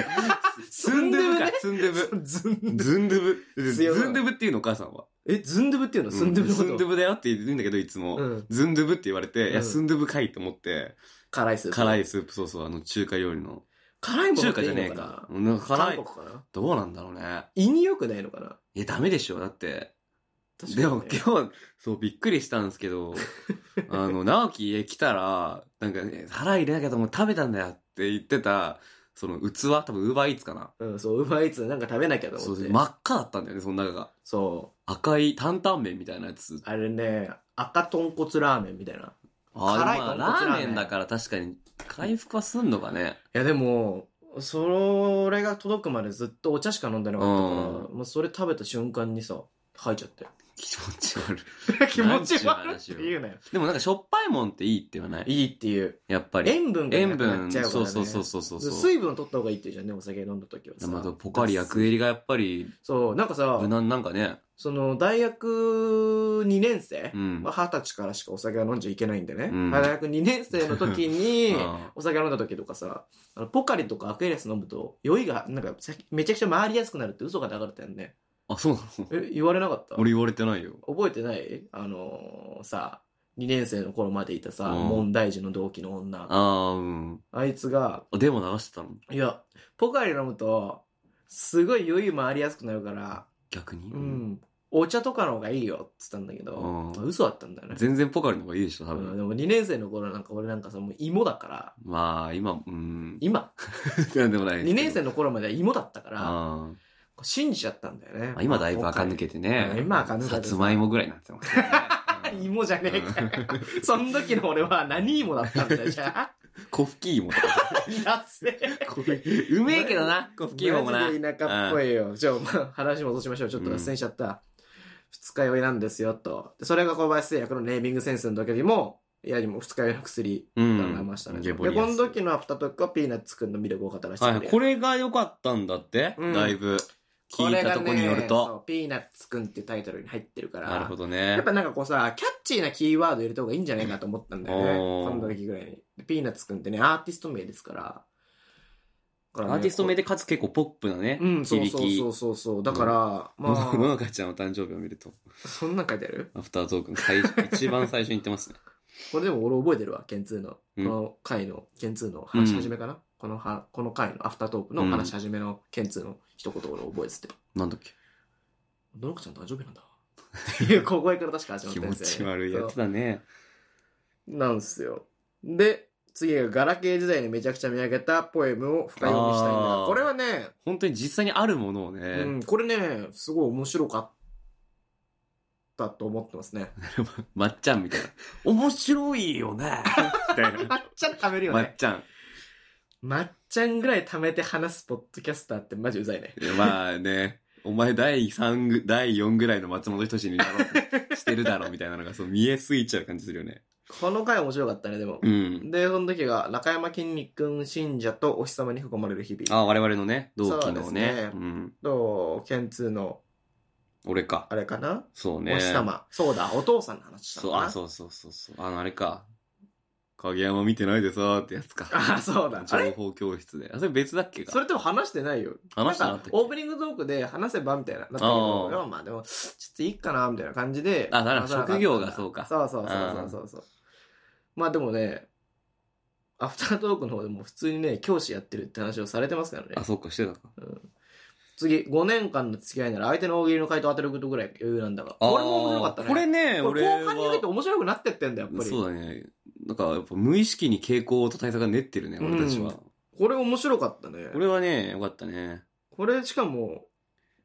Speaker 5: ズンドゥブか、ズンドゥブ。
Speaker 4: ど。ずん
Speaker 5: ズンドゥブ。
Speaker 4: 強いな
Speaker 5: ズンドゥブっていうのお母さんは。
Speaker 4: え、ずんどぶっていうのすんどぶのこと。
Speaker 5: ズンドゥブだよって言うんだけど、いつも。
Speaker 4: うん。
Speaker 5: ズンドゥブって言われて、いうや、
Speaker 4: ん
Speaker 5: スンドゥブかいと思って、
Speaker 4: 辛いスープ。
Speaker 5: 辛いスープ、そうそう、あの、中華料理の。
Speaker 4: 辛いもの
Speaker 5: 中
Speaker 4: って
Speaker 5: 華
Speaker 4: い
Speaker 5: じゃねえ
Speaker 4: いのかな
Speaker 5: か。なんか辛い
Speaker 4: 韓。国かな
Speaker 5: どうなんだろうね。
Speaker 4: 胃に良くないのかない
Speaker 5: や、ダメでしょ、だって。
Speaker 4: 確かにね
Speaker 5: でも今日、そう、びっくりしたんですけ ど、あの、直樹家来たら、なんかね、腹入れなきゃと思って食べたんだよって言ってた、その器、多分ウーバーイーツかな。
Speaker 4: うん、そう、うまいっつうなんか食べなきゃと
Speaker 5: そ
Speaker 4: 思っ
Speaker 5: う
Speaker 4: て。
Speaker 5: 真っ赤だったんだよね、その中が。
Speaker 4: そう。
Speaker 5: 赤い担々麺みたいなやつ。
Speaker 4: あれね、赤豚骨ラーメンみたいな。い
Speaker 5: あ
Speaker 4: 辛い
Speaker 5: まあ
Speaker 4: 豚骨ラーメン
Speaker 5: ラーメンだから確かに回復はすんのかね。
Speaker 4: や、でも、それが届くまでずっとお茶しか飲んでなかったから、
Speaker 5: う
Speaker 4: もうそれ食べた瞬間にさ、吐いち ゃって。
Speaker 5: 気持ち悪い。
Speaker 4: 気持ち悪いって言うなよ。
Speaker 5: でもなんかしょっぱいもんっていいって言わない
Speaker 4: いいっていう。
Speaker 5: やっぱり。
Speaker 4: 塩分がな
Speaker 5: 塩
Speaker 4: くなっ
Speaker 5: 分、
Speaker 4: ちゃうから、
Speaker 5: そ
Speaker 4: ね。
Speaker 5: うそうそうそうそう。
Speaker 4: 水分を取った方がいいって言うじゃんね、お酒飲んだ時はさ。
Speaker 5: まあポカリやクエリがやっぱり、
Speaker 4: そう、なんかさ、
Speaker 5: 無難なんかね。
Speaker 4: その、大学2年生
Speaker 5: う、ん
Speaker 4: まあ。二十歳からしかお酒は飲んじゃいけないんでね。
Speaker 5: うん
Speaker 4: 大学2年生の時に、
Speaker 5: うん
Speaker 4: お酒飲んだ時とかさ、あのポカリとかアクエリアス飲むと、酔いが、なんかさ、めちゃくちゃ回りやすくなるって嘘が流れたよね。
Speaker 5: あ、そうな の
Speaker 4: え、言われなかった
Speaker 5: 俺言われてないよ。
Speaker 4: 覚えてないあのーさ、2年生の頃までいたさ、
Speaker 5: うん
Speaker 4: 問題児の同期の女。あ
Speaker 5: ああ、うん。
Speaker 4: いつが、
Speaker 5: あでも流してたの
Speaker 4: いや、ポカリ飲むと、すごい酔い回りやすくなるから、
Speaker 5: 逆に、
Speaker 4: うん、お茶とかの方がいいよって言ったんだけど、
Speaker 5: うん
Speaker 4: 嘘だったんだよね。
Speaker 5: 全然ポカリの方がいいでしょ、多
Speaker 4: うん、
Speaker 5: 分。
Speaker 4: でも2年生の頃なんか俺なんかさ、もう芋だから、
Speaker 5: まあ、今、うん。
Speaker 4: 今、
Speaker 5: なんでもないですけど
Speaker 4: 2年生の頃までは芋だったから、
Speaker 5: あー
Speaker 4: こう信じちゃったんだよね
Speaker 5: ま。あ今だいぶ垢抜けてね
Speaker 4: う。ん今垢抜けて
Speaker 5: さつまいもぐらいになってます ね、うん
Speaker 4: 芋じゃねえかよ。その時の俺は何芋だったんだよ、じゃ
Speaker 5: 小吹き芋と か。
Speaker 4: あ。いらせ。
Speaker 5: うめえけどな、小吹き芋もな
Speaker 4: マ。ジで田舎っぽいよ。じゃあ、まあ、話戻しましょう。ちょっと脱線しちゃった。二日酔いなんですよ、と。でそれが小林製薬のネーミングセンスの時にも、いやにも二日酔いの薬
Speaker 5: う
Speaker 4: と名前ましたね。で、この時のアフタートークはピーナッツくんの魅力を語らせて
Speaker 5: はいは
Speaker 4: くれ
Speaker 5: い、
Speaker 4: る
Speaker 5: これが良かったんだって、
Speaker 4: うん
Speaker 5: だいぶ。
Speaker 4: こ
Speaker 5: 聞
Speaker 4: れ
Speaker 5: いた
Speaker 4: が
Speaker 5: と
Speaker 4: ね
Speaker 5: こによる
Speaker 4: そ
Speaker 5: と。
Speaker 4: うピーナッツくんっていうタイトルに入ってるから。
Speaker 5: なるほど
Speaker 4: や
Speaker 5: ね
Speaker 4: っ。ぱなんかこうさ、キャッチーなキーワード入れた方がいいんじゃないかと思ったんだよね。
Speaker 5: おー
Speaker 4: 今度の時ぐらいに。でピーナッツくんってね、アーティスト名ですから。からね
Speaker 5: アーティスト名でかつ結構ポップなね、
Speaker 4: うん、そうそう
Speaker 5: 響き
Speaker 4: そうそうそう。だから、
Speaker 5: ま
Speaker 4: ま
Speaker 5: の
Speaker 4: あ、
Speaker 5: のかちゃんの誕生日を見ると、
Speaker 4: そんなん書いてある
Speaker 5: アフタートークの 最初一番最初に言ってますね。
Speaker 4: これでも俺覚えてるわ、ケンツーの。こ
Speaker 5: うん
Speaker 4: の回の、ケンツーの話し始めかな、このは、この回のアフタートークの話し始めのケンツーの一言俺覚えてて。
Speaker 5: なんだっけ
Speaker 4: ののかちゃん誕生 日なんだ。っていう小声から確か始まっ
Speaker 5: 気
Speaker 4: たん
Speaker 5: 持
Speaker 4: ですよ、ね。
Speaker 5: ち悪いやつ
Speaker 4: そう
Speaker 5: だね。
Speaker 4: なんですよ。で、次がガラケー時代にめちゃくちゃ見上げたポエムを深読みしたいん
Speaker 5: あ
Speaker 4: だ。
Speaker 5: ー
Speaker 4: これはね、
Speaker 5: 本当に実際にあるものをね、
Speaker 4: うん、これね、すごい面白かったと思ってますね。
Speaker 5: まっちゃんみたいな。面白いよね。みたいな
Speaker 4: まっちゃん食べる よ
Speaker 5: ま
Speaker 4: ね
Speaker 5: っ。ちゃん。
Speaker 4: まっちゃんぐらい貯めて話すポッドキャスターってマジうざいね。
Speaker 5: いやまあね、お前第3ぐ、第4ぐらいの松本人志になろうしてるだろうみたいなのがそう見えすぎちゃう感じするよね。
Speaker 4: この回面白かったね、でも
Speaker 5: う。ん。
Speaker 4: で、その時が、中山きんに君信者とお日様に囲まれる日々。
Speaker 5: あ、我々のね、同期の
Speaker 4: そうで
Speaker 5: ね。
Speaker 4: すね
Speaker 5: うん。
Speaker 4: と、ケンツーの、
Speaker 5: 俺か。
Speaker 4: あれかな、
Speaker 5: そうね。
Speaker 4: お日様。そうだ、お父さんの話した
Speaker 5: そ
Speaker 4: の
Speaker 5: う、
Speaker 4: かな
Speaker 5: あ、そうそうそうそう。あの、あれか。影山見てないでさーってやつか。
Speaker 4: あそうだあれ
Speaker 5: 情報教室で。あ、それ別だっけか。
Speaker 4: それとも話してないよ。
Speaker 5: 話してなか
Speaker 4: ん
Speaker 5: った
Speaker 4: か
Speaker 5: っけ
Speaker 4: オープニングトークで話せばみたいな。なったけ
Speaker 5: あ
Speaker 4: ど
Speaker 5: あ
Speaker 4: いやまあでも、ちょっといいかな、みたいな感じで。
Speaker 5: あなるほど
Speaker 4: 話さなかった
Speaker 5: 職
Speaker 4: んだ
Speaker 5: 業がそうか
Speaker 4: そうそうそうそうそう。まあでもね、アフタートークの方でも普通にね、教師やってるって話をされてますから
Speaker 5: あ、
Speaker 4: ね。
Speaker 5: そっか、してたか。
Speaker 4: 次、5年間の付き合いなら相手の大喜利の回答を当てることぐらい余裕なんだが。
Speaker 5: あー
Speaker 4: これも面白かったね。
Speaker 5: これね、
Speaker 4: こ
Speaker 5: 俺
Speaker 4: れ
Speaker 5: は。
Speaker 4: 後半に向けて面白くなってってんだよ、やっぱり。
Speaker 5: そうだね。なんか、やっぱ無意識に傾向と対策が練ってるね、俺たちは。
Speaker 4: これ面白かったね。
Speaker 5: 俺はね、よかったね。
Speaker 4: これしかも、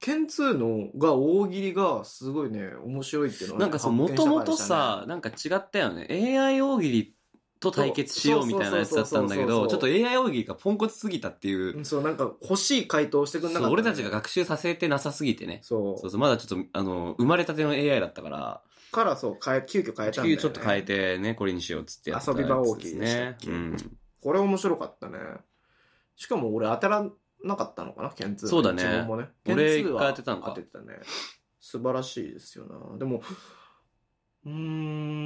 Speaker 4: ケンツーのが大喜利がすごいね、面白いっていうのはね、
Speaker 5: なんかさ、
Speaker 4: 発
Speaker 5: も
Speaker 4: 見した
Speaker 5: と
Speaker 4: 回
Speaker 5: もと
Speaker 4: でしたね、
Speaker 5: さ、なんか違ったよね。AI 大喜利と対決しようみたいなやつだったんだけど、ちょ
Speaker 4: そ
Speaker 5: っと
Speaker 4: うそう
Speaker 5: AI 大喜利がポンコツすぎたっていう
Speaker 4: う、んそう、なんか欲しい回答をしてくんなかった、
Speaker 5: そう俺たちが、学習させてなさすぎてね。
Speaker 4: そう。
Speaker 5: そうそう、まだちょっと、あの、生まれたての AI だったから、
Speaker 4: からそう、変え、急遽変えたんだよ、ね。
Speaker 5: ちょっと変えてね、これにしようっつってやったやつ
Speaker 4: 遊び場大喜利でした
Speaker 5: ね
Speaker 4: っ。け
Speaker 5: うん。
Speaker 4: これ面白かったね。しかも俺当たらなかったのかな、ケンツー。
Speaker 5: そうだね
Speaker 4: 自分もね。
Speaker 5: 俺
Speaker 4: ケンツーは
Speaker 5: 一回当てたのか
Speaker 4: 当ててたね。素晴らしいですよな。でも、う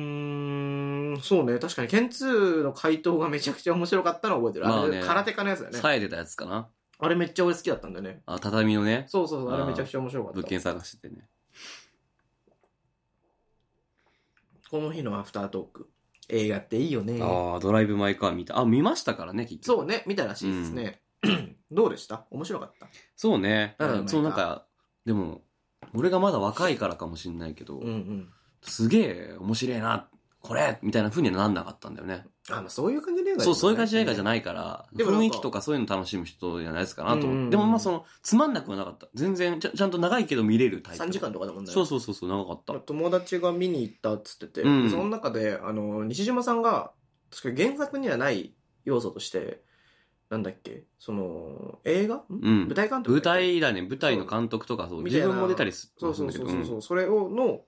Speaker 4: ーん、そうね。確かに、ケンツーの回答がめちゃくちゃ面白かったのは覚えてる。
Speaker 5: まあ
Speaker 4: あ
Speaker 5: ね
Speaker 4: れ、空手家のやつだよね。
Speaker 5: 冴えてたやつかな。
Speaker 4: あれめっちゃ俺好きだったんだよね。
Speaker 5: あ、畳のね、
Speaker 4: そうそうそう、あ
Speaker 5: あ
Speaker 4: れ
Speaker 5: ー
Speaker 4: めちゃくちゃ面白か
Speaker 5: 物
Speaker 4: った
Speaker 5: 件。探しててね。
Speaker 4: この日のアフタートーク。映画っていいよね。
Speaker 5: ああ、ドライブ・マイ・カー見た。あ、見ましたからね、結局。
Speaker 4: そうね、見たらしいですね。 どうでした面白かった。
Speaker 5: そうね。だか
Speaker 4: う
Speaker 5: ら、
Speaker 4: ん
Speaker 5: そうなんか、でも、俺がまだ若いからかもしんないけど、
Speaker 4: うんうん。
Speaker 5: すげえ面白いな、これみたいな風にはなんなかったんだよね。
Speaker 4: あ、まあそういう感じの映画
Speaker 5: そう、そういう感じの映画じゃ
Speaker 4: い。
Speaker 5: ないから、
Speaker 4: でもなんか
Speaker 5: 雰囲気とかそういうの楽しむ人じゃないですかなと
Speaker 4: うんうん
Speaker 5: 思
Speaker 4: う
Speaker 5: って。
Speaker 4: ん
Speaker 5: でもまあその、つまんなくはなかった。全然ちゃ、ちゃんと長いけど見れるタイプ。
Speaker 4: 3時間とかだもんね。
Speaker 5: そうそうそうそう、長かった。
Speaker 4: 友達が見に行ったっつってて、
Speaker 5: うん
Speaker 4: その中で、あの、西島さんが、確か原作にはない要素として、なんだっけ、その、映画、ん
Speaker 5: うん
Speaker 4: 舞台監督
Speaker 5: 舞
Speaker 4: だっけ
Speaker 5: 台だね、舞台の監督とか、そう、
Speaker 4: みた
Speaker 5: 自
Speaker 4: いな
Speaker 5: 分も出たりす
Speaker 4: そう
Speaker 5: る
Speaker 4: そ
Speaker 5: ん
Speaker 4: う
Speaker 5: だけ
Speaker 4: そ
Speaker 5: ど。
Speaker 4: う
Speaker 5: う
Speaker 4: そうそ
Speaker 5: ん
Speaker 4: う、それを、の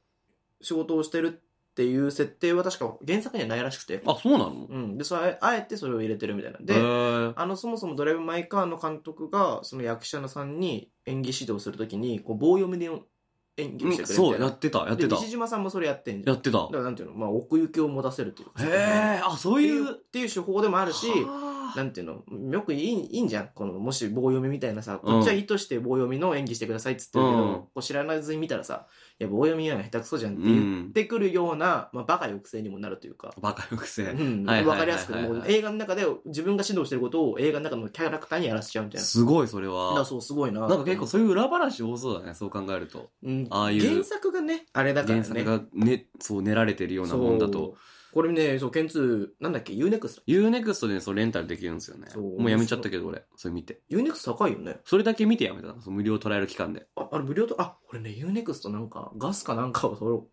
Speaker 4: 仕事をしてるっていう設定は確か原作にはないらしくて。
Speaker 5: あ、そうなの
Speaker 4: うん。で、それ、あえてそれを入れてるみたいな。で、
Speaker 5: へー
Speaker 4: あの、そもそもドライブ・マイ・カーの監督が、その役者のさんに演技指導するときに、こう、棒読みで演技を
Speaker 5: うん
Speaker 4: してくれるみたいな。
Speaker 5: そう、やってた、やってた
Speaker 4: で。西島さんもそれやってんじゃ
Speaker 5: や
Speaker 4: ん。だ
Speaker 5: ってた
Speaker 4: か。らなんていうの、まあ、奥行きを持たせるというか。
Speaker 5: へえ、あ、そう
Speaker 4: って
Speaker 5: い
Speaker 4: いう
Speaker 5: う
Speaker 4: っ。ていう手法でもあるし、
Speaker 5: はあ
Speaker 4: なんていうの、よくいいいいんじゃん。この、もし棒読みみたいなさ、こっちは意図して棒読みの演技してくださいって言ってるけど、
Speaker 5: うん
Speaker 4: こう知らずに見たらさ、いや、棒読みは下手くそじゃんって
Speaker 5: う
Speaker 4: 言
Speaker 5: ん
Speaker 4: っ。てくるような、まあ、バカ抑制にもなるというか。
Speaker 5: バカよくせ。
Speaker 4: うん、
Speaker 5: はいはいはいはい
Speaker 4: わかりやすく、もう映画の中で自分が指導してることを映画の中のキャラクターにやらせちゃうみたいな。
Speaker 5: すごい、それ
Speaker 4: だから
Speaker 5: は。
Speaker 4: そう、すごいな。
Speaker 5: なんか結構、そういう裏話多そうだね、そう考えると。
Speaker 4: うん、
Speaker 5: ああいう
Speaker 4: 原作がね、あれだからね。
Speaker 5: 原作がね、そう練られてるようなもんだと。
Speaker 4: そう。これね、そう、ケンツー、なんだっけ、ユーネクスト。
Speaker 5: UNEXT でねそうレンタルできるんですよね
Speaker 4: そ。う
Speaker 5: もうやめちゃったけど俺、それ見て。
Speaker 4: ユーネクスト高いよね。
Speaker 5: それだけ見てやめたの、その無料トライアル期間で。
Speaker 4: あ、あれ無料と、あ、俺ね、ユーネクストなんか、ガスかなんかをその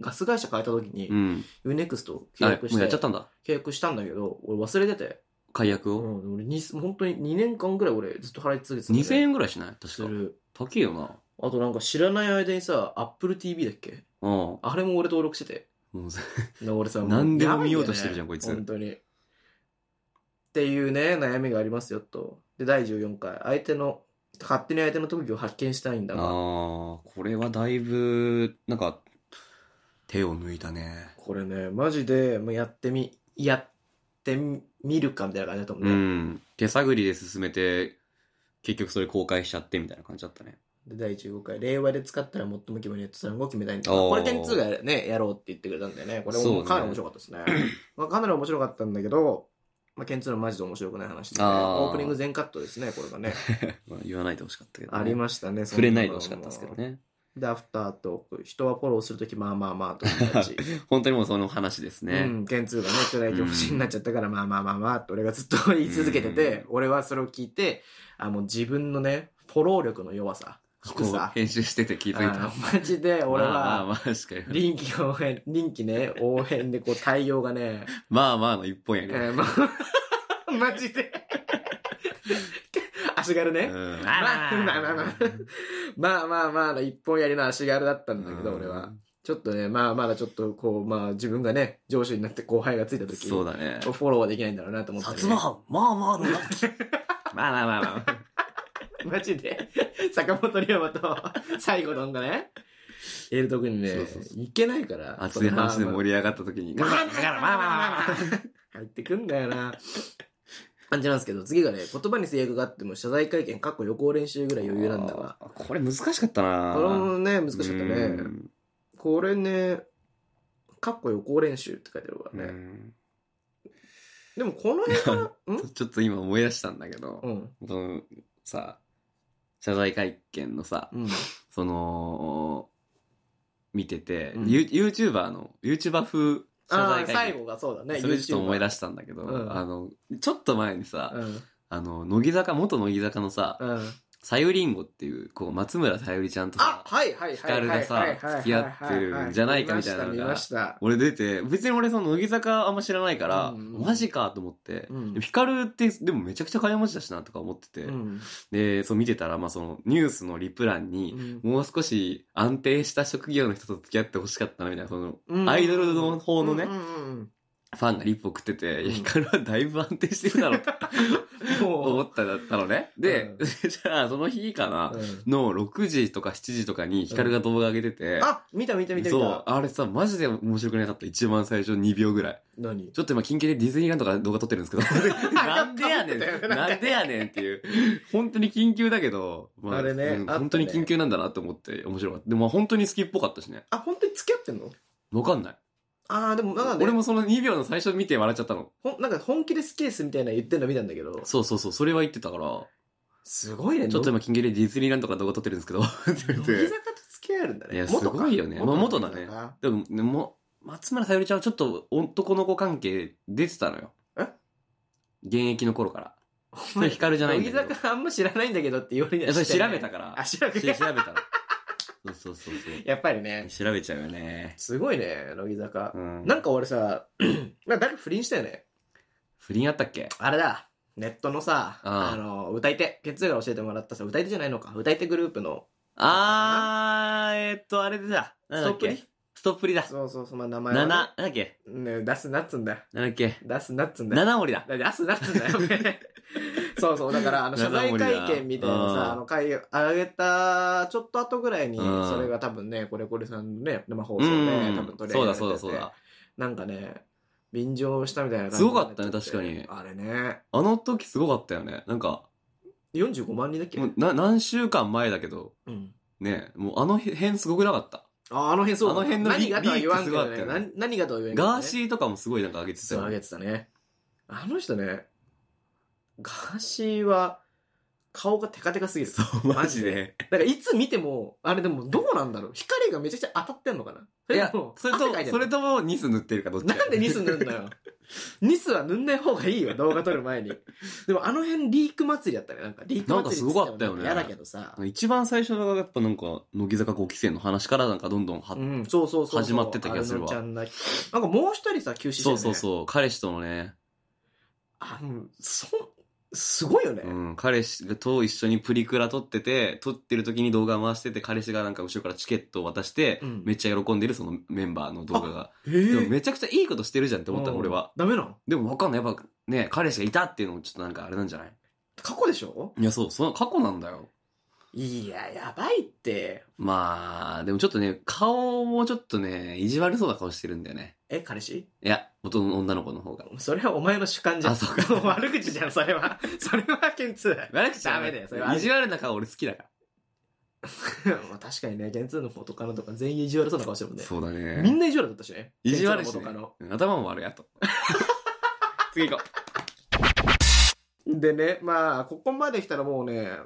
Speaker 4: ガス会社変えた時に
Speaker 5: う、ん。
Speaker 4: ユーネクスト契
Speaker 5: あれも
Speaker 4: 約し
Speaker 5: う
Speaker 4: て、
Speaker 5: やっちゃったんだ。
Speaker 4: 契約したんだけど、俺忘れてて、
Speaker 5: 解約
Speaker 4: う
Speaker 5: を。
Speaker 4: ん、俺に、本当に2年間ぐらい俺ずっと払い続けてたんだよ
Speaker 5: 2000円ぐらいしない
Speaker 4: す
Speaker 5: 確か。
Speaker 4: る。
Speaker 5: 高いよな。
Speaker 4: あとなんか知らない間にさ、Apple TV だっけ
Speaker 5: うん。も
Speaker 4: あれも俺登録してて。
Speaker 5: うさ
Speaker 4: で俺さ、
Speaker 5: 何でも
Speaker 4: やばい
Speaker 5: 見よ
Speaker 4: だね
Speaker 5: うとしてるじゃんこいつ
Speaker 4: 本当に。っていうね、悩みがありますよと。で、第14回、相手の、勝手に相手の特技を発見したいんだ
Speaker 5: あ
Speaker 4: が、
Speaker 5: ー、これはだいぶ、なんか、手を抜いたね。
Speaker 4: これね、マジで、もうやってみ、やっってみるかみたいな感じだと思う
Speaker 5: う
Speaker 4: ね。
Speaker 5: ん。手探りで進めて、結局それ公開しちゃってみたいな感じだ ったね。
Speaker 4: で第15回、令和で使ったら最も気分にネットさんを決めたいんだ
Speaker 5: おー
Speaker 4: これ、点2がね、やろうって言ってくれたんだよね。これ
Speaker 5: そう
Speaker 4: も
Speaker 5: ね
Speaker 4: かなり面白かった ですね。まあ、かなり面白かったんだけど、まあ、点2のマジで面白くない話で、ね、
Speaker 5: あー
Speaker 4: オープニング全カットですね、これがね。
Speaker 5: まあ言わないでほしかったけど、
Speaker 4: ありましたね、
Speaker 5: 触れないでほしかったですけど。ね。
Speaker 4: で、アフタートーク、人はフォローするとき、まあまあまあという感じ。
Speaker 5: 本当にもうその話ですね。
Speaker 4: うん、点2がね、巨大恐怖心になっちゃったから、まあまあまあまあって俺がずっと言い続けてて、俺はそれを聞いて、あ、もう自分のね、フォロー力の弱さ、低
Speaker 5: こう
Speaker 4: さ。
Speaker 5: 編集してて気づい
Speaker 4: あ
Speaker 5: た。
Speaker 4: マジで俺
Speaker 5: まあまあ
Speaker 4: は、
Speaker 5: まあ、確かに。
Speaker 4: 臨機応変、臨機ね、応変でこう対応が ね、
Speaker 5: まあまあの一本や
Speaker 4: え
Speaker 5: けど。
Speaker 4: ーまあ マ ジで。足軽ね。
Speaker 5: うん
Speaker 4: まあまあまあまあまあまあまあの一本やりの足軽だったんだけ
Speaker 5: う
Speaker 4: ど、
Speaker 5: ん
Speaker 4: 俺は。ちょっとね、まあまだちょっとこう、まあ自分がね、上司になって後輩がついた時
Speaker 5: そうだね。
Speaker 4: フォローはできないんだろうなと思って、ね。
Speaker 3: 薩摩藩、まあまあのな。
Speaker 5: まあまあまあまあ。
Speaker 4: マジで 坂本龍馬と 西郷どんがね、エルト君にね
Speaker 5: そうそうそ、
Speaker 4: いけないから。
Speaker 5: 熱い話で盛り上がった時に。
Speaker 4: まあまあ
Speaker 5: だからまあまあまあまあ。
Speaker 4: 入ってくんだよな。感じなんですけど、次がね、言葉に制約があっても謝罪会見、かっこ予行練習ぐらい余裕なんだが。
Speaker 5: あーこれ難しかったな
Speaker 4: これもね、難しかったね
Speaker 5: う。ん
Speaker 4: これね、かっこ予行練習って書いてあるからね。でもこの辺から、ん
Speaker 5: ちょっと今思い出したんだけど、
Speaker 4: うん。
Speaker 5: そのさ、謝罪会見のさ、
Speaker 4: うん。
Speaker 5: その、見てて、
Speaker 4: うん
Speaker 5: ユー YouTuber の、YouTuber 風謝
Speaker 4: ああ、
Speaker 5: 罪会
Speaker 4: 最
Speaker 5: 見。
Speaker 4: 後がそうだね。
Speaker 5: それちょっと思い
Speaker 4: 出
Speaker 5: 出したんだけど、
Speaker 4: うん
Speaker 5: あの、ちょっと前にさ、
Speaker 4: うん。
Speaker 5: あの、乃木坂、元乃木坂のさ、
Speaker 4: うん。
Speaker 5: さゆりんごっていう、こう、松村さゆりちゃんと
Speaker 4: あ
Speaker 5: か、
Speaker 4: はいはい
Speaker 5: ヒ
Speaker 4: は
Speaker 5: カ
Speaker 4: い
Speaker 5: ル
Speaker 4: はい
Speaker 5: がさ
Speaker 4: はいはい
Speaker 5: 付き合ってるんじゃないかみたいなのが
Speaker 4: 見ました
Speaker 5: 俺出て、別に俺その乃木坂あんま知らないから、
Speaker 4: うん
Speaker 5: マジかと思って、
Speaker 4: うん
Speaker 5: でヒカルってでもめちゃくちゃ金持ちだしなとか思ってて、
Speaker 4: 見ましたうん
Speaker 5: で、そう見てたら、まあそのニュースのリプ欄に、もう少し安定した職業の人と付き合ってほしかったなみたいな、その、
Speaker 4: うん
Speaker 5: アイドルの方のね
Speaker 4: うんうん
Speaker 5: ファンがリップ送ってて、いや
Speaker 4: うん
Speaker 5: ヒカルはだいぶ安定してるだろう と
Speaker 4: うん
Speaker 5: 思
Speaker 4: も
Speaker 5: っただったのね。で、
Speaker 4: う
Speaker 5: じゃあその日かな
Speaker 4: う、うん
Speaker 5: の6時とか7時とかにヒカルが動画上げてて、
Speaker 4: あ見た見た見た見
Speaker 5: そう
Speaker 4: た、
Speaker 5: あれさ、マジで面白くなかった。一番最初2秒ぐらい。
Speaker 4: 何
Speaker 5: ちょっと今、緊急でディズニーランドから動画撮ってるんですけ ど、なんでやねん、なんでやねんっていう、本当に緊急だけど、ま
Speaker 4: あれね
Speaker 5: うん
Speaker 4: あったね
Speaker 5: 本当に緊急なんだなと思って面白かった。でもまあ本当に好きっぽかったしね。
Speaker 4: あ本当に付き合ってんの
Speaker 5: わかんない。
Speaker 4: ああでもなんかね
Speaker 5: 俺もその2秒の最初見て笑っちゃったの。
Speaker 4: ほんなんか本気で好きですみたいなの言ってんの見たんだけど
Speaker 5: そうそうそう、それは言ってたから、
Speaker 4: すごいね
Speaker 5: ちょっと今、緊急でディズニーランドから動画撮ってるんですけ ど、って言
Speaker 4: 乃
Speaker 5: っ
Speaker 4: 木
Speaker 5: て。
Speaker 4: 坂と付き合えるんだね
Speaker 5: いや
Speaker 4: 元か
Speaker 5: すごいよねまあ元だね
Speaker 4: か
Speaker 5: でも、ねもう松村さゆりちゃんはちょっと男の子関係出てたのよ。
Speaker 4: え
Speaker 5: 現役の頃から。それヒカルじゃないんだ
Speaker 4: 乃
Speaker 5: け
Speaker 4: 木
Speaker 5: ど。
Speaker 4: 坂あんま知らないんだけどって言われ
Speaker 5: い
Speaker 4: に
Speaker 5: や
Speaker 4: は
Speaker 5: それ
Speaker 4: してな
Speaker 5: 調
Speaker 4: い
Speaker 5: べたから。
Speaker 4: あ調
Speaker 5: し
Speaker 4: べ
Speaker 5: 調べたら。そうそうそうそう。
Speaker 4: やっぱりね
Speaker 5: 調べちゃうよね。
Speaker 4: すごいね乃木坂
Speaker 5: うん。
Speaker 4: なんか俺さ なんか誰か不倫したよね
Speaker 5: 不倫あったっけ
Speaker 4: あれだ、ネットのさ、
Speaker 5: ああ
Speaker 4: あの、歌い手、ケンツーが教えてもらったさ、歌い手じゃないのか、歌い手グループの、
Speaker 5: あー、えっと、あれでさ、なんだっ
Speaker 4: ストッ
Speaker 5: けストップリだ。
Speaker 4: そうそう、その名前
Speaker 5: 七、
Speaker 4: は、ね。
Speaker 5: なんだっけ
Speaker 4: ね、出すなっつんだよ。
Speaker 5: なんだっけ
Speaker 4: 出すなっつんだよ。
Speaker 5: 七森だ。
Speaker 4: だ出すなっつんだよ。 そうそう、だから、あの、謝罪会見みたいな
Speaker 5: うん
Speaker 4: さ、あの、会、あげた、ちょっと後ぐらいに、
Speaker 5: うん
Speaker 4: それが多分ね、これこれさんのね、生放送
Speaker 5: う
Speaker 4: で、多分
Speaker 5: ん。
Speaker 4: 取り
Speaker 5: そ
Speaker 4: 上
Speaker 5: うだ
Speaker 4: げられてて
Speaker 5: そうだそうだ。
Speaker 4: なんかね、便乗したみたいな感じ
Speaker 5: すごかったね
Speaker 4: になっちゃて
Speaker 5: 確
Speaker 4: あれね、
Speaker 5: あの時すごかったよね。なんか、
Speaker 4: 45万人だっけ
Speaker 5: もうな何週間前だけど、
Speaker 4: うん。
Speaker 5: ね、もうあの辺すごくなかった。
Speaker 4: ああの辺そうだ
Speaker 5: あの辺のリ
Speaker 4: 何がとは言わんけど
Speaker 5: リーク
Speaker 4: ね
Speaker 5: すごかったよね
Speaker 4: 何何がとは言わんけど、ね、
Speaker 5: ガーシーとかもすごいなんか上げてた
Speaker 4: そう
Speaker 5: よ
Speaker 4: 上
Speaker 5: ね。
Speaker 4: げてたねあの人ねガーシーは顔がテカテカすぎる
Speaker 5: そう、 マジで。
Speaker 4: なんかいつ見てもあれでもどうなんだろう光がめちゃくちゃ当たってんのかないそれ
Speaker 5: や
Speaker 4: とも、
Speaker 5: それ
Speaker 4: 汗かい
Speaker 5: と、
Speaker 4: てん
Speaker 5: そ
Speaker 4: の
Speaker 5: れともニス塗ってるかどっちか
Speaker 4: なんでニス塗んのよニスは塗んない方がいいよ動画撮る前にでもあの辺リーク祭りだったねなんかリーク
Speaker 5: なんか
Speaker 4: 祭り
Speaker 5: すごかったよね
Speaker 4: 嫌だけどさ
Speaker 5: 一番最初がやっぱなんか、乃木坂5期生の話からなんかどんどんは
Speaker 4: うん、そうそうそうそう
Speaker 5: 始まってた気がするわ
Speaker 4: あのちゃんだけなんかもう一人さ休止して
Speaker 5: そ
Speaker 4: る、
Speaker 5: う
Speaker 4: ね、
Speaker 5: そうそう、彼氏とのね、
Speaker 4: あのそすごいよね、
Speaker 5: うん、彼氏と一緒にプリクラ撮ってて、撮ってる時に動画回してて、彼氏がなんか後ろからチケットを渡して、
Speaker 4: うん
Speaker 5: めっちゃ喜んでるそのメンバーの動画が。
Speaker 4: え
Speaker 5: でも
Speaker 4: っ
Speaker 5: めちゃくちゃいいことしてるじゃんってて思ったの、俺は。
Speaker 4: ダメなの
Speaker 5: でもわかんない。やっぱね、彼氏がいたっていうのもちょっとなんかあれなんじゃない
Speaker 4: 過去でしょ
Speaker 5: いや、そう、その過去なんだよ。
Speaker 4: いや、やばいって。
Speaker 5: まあ、でもちょっとね、顔もちょっとね、意地悪そうな顔してるんだよね。
Speaker 4: え、彼氏
Speaker 5: いや、元の女の子の方が。
Speaker 4: それはお前の主観じゃん。
Speaker 5: あそうか
Speaker 4: 悪口じゃん、それ は。それは、ケンツー。
Speaker 5: 悪口じゃない
Speaker 4: ダメだよそれは
Speaker 5: 意地悪な顔俺好きだか
Speaker 4: まあ確かにね、ケンツーの元カノとか全員意地悪そうな顔してるもん
Speaker 5: ら。
Speaker 4: ね。
Speaker 5: そうだね。
Speaker 4: みんな意地悪だったしね。
Speaker 5: 意地悪し
Speaker 4: ケン
Speaker 5: ね
Speaker 4: ツーの元。
Speaker 5: うん頭も悪いやと。 次行こ
Speaker 4: カノ。でね、まあ、ここまで来たらもうね、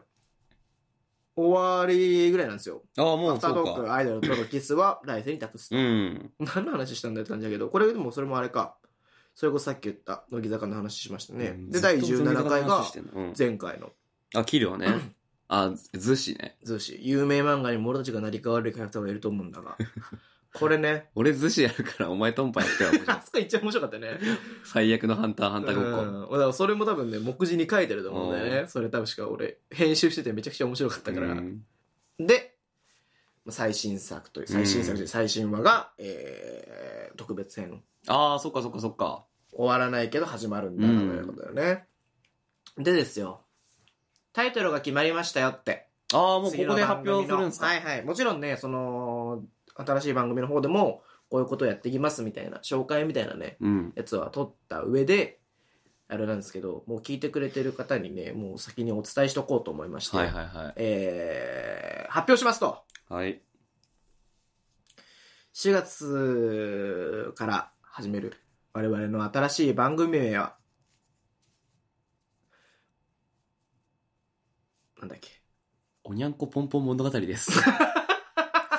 Speaker 4: 終わりぐらいなんですよ。
Speaker 5: う。ああ、も
Speaker 4: ア
Speaker 5: う
Speaker 4: フタ
Speaker 5: そ
Speaker 4: ート
Speaker 5: う
Speaker 4: ー
Speaker 5: か。
Speaker 4: ク、アイドルとのキスは来世に託すと。
Speaker 5: うん。
Speaker 4: 何の話したんだよって感じだけど、これでもそれもあれか。それこそさっき言った、乃木坂の話しましたね。
Speaker 5: うん
Speaker 4: で、第17回が、
Speaker 5: ずっと乃木坂の話してんのうん
Speaker 4: 前回の、
Speaker 5: あ、キリョウね。あ、ズシね。
Speaker 4: ズーシー、有名漫画にも俺たちが成り代わるキャラクターがいると思うんだ が、これね、
Speaker 5: 俺ズシやるからお前トンパやってよ。
Speaker 4: あそこ一番面白かったね。
Speaker 5: 最悪のハンターハンターごっこ。
Speaker 4: うん、だからそれも多分ね、目次に書いてると思うんだよ
Speaker 5: う
Speaker 4: ね。それ多分しか俺、編集しててめちゃくちゃ面白かったから。
Speaker 5: うん
Speaker 4: で、まあ最新作という、最新作という最新話が、えー、特別編。
Speaker 5: ああ、そっかそっかそっか。
Speaker 4: 終わらないけど始まるんだな、
Speaker 5: う
Speaker 4: と
Speaker 5: ん
Speaker 4: いうことだよね。でですよ、タイトルが決まりましたよって。
Speaker 5: ああ、もうこ
Speaker 4: 次
Speaker 5: こ
Speaker 4: の
Speaker 5: で
Speaker 4: 番
Speaker 5: 発
Speaker 4: 組
Speaker 5: 表
Speaker 4: の
Speaker 5: するんですか
Speaker 4: はいはい。もちろんね、その、新しい番組の方でも、こういうことをやっていきますみたいな、紹介みたいなね、
Speaker 5: うん。
Speaker 4: やつは取った上であれなんですけどもう聞いてくれてる方にねもう先にお伝えしとこうと思いまして、
Speaker 5: はいはいは
Speaker 4: えー発表しますと
Speaker 5: い。はい。
Speaker 4: 4月から始める我々の新しい番組名はなんだっけ
Speaker 5: おにゃんこぽんぽん物語 です。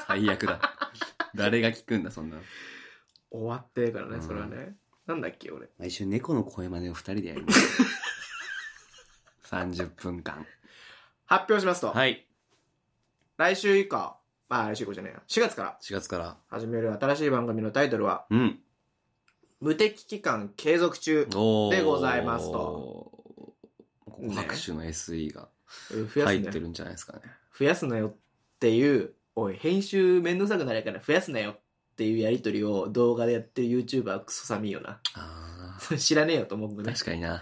Speaker 5: 最悪だ。誰が聞くんだ、そんなの。
Speaker 4: 終わってるからねそれはね、なんだっけ俺
Speaker 5: 毎週猫の声真似を二人でやります。30分間。
Speaker 4: 発表しますと、
Speaker 5: はい。
Speaker 4: 来週以降まあ来週以降じゃないな4月から
Speaker 5: 4月から。
Speaker 4: 始める新しい番組のタイトルは
Speaker 5: うん。
Speaker 4: 「無敵期間継続中」
Speaker 5: おー
Speaker 4: でございますと。
Speaker 5: ここ拍手の SE が
Speaker 4: 増やす
Speaker 5: 入っ
Speaker 4: な
Speaker 5: て
Speaker 4: よ
Speaker 5: るんじゃないですかね。
Speaker 4: 増やすなよっていうおい編集面倒くさくなるから増やすなよっていうやり取りを動画でやってる YouTuber はクソ寒いよな
Speaker 5: あ
Speaker 4: 知らねえよと思う
Speaker 5: あ、
Speaker 4: んだね
Speaker 5: 確かにな。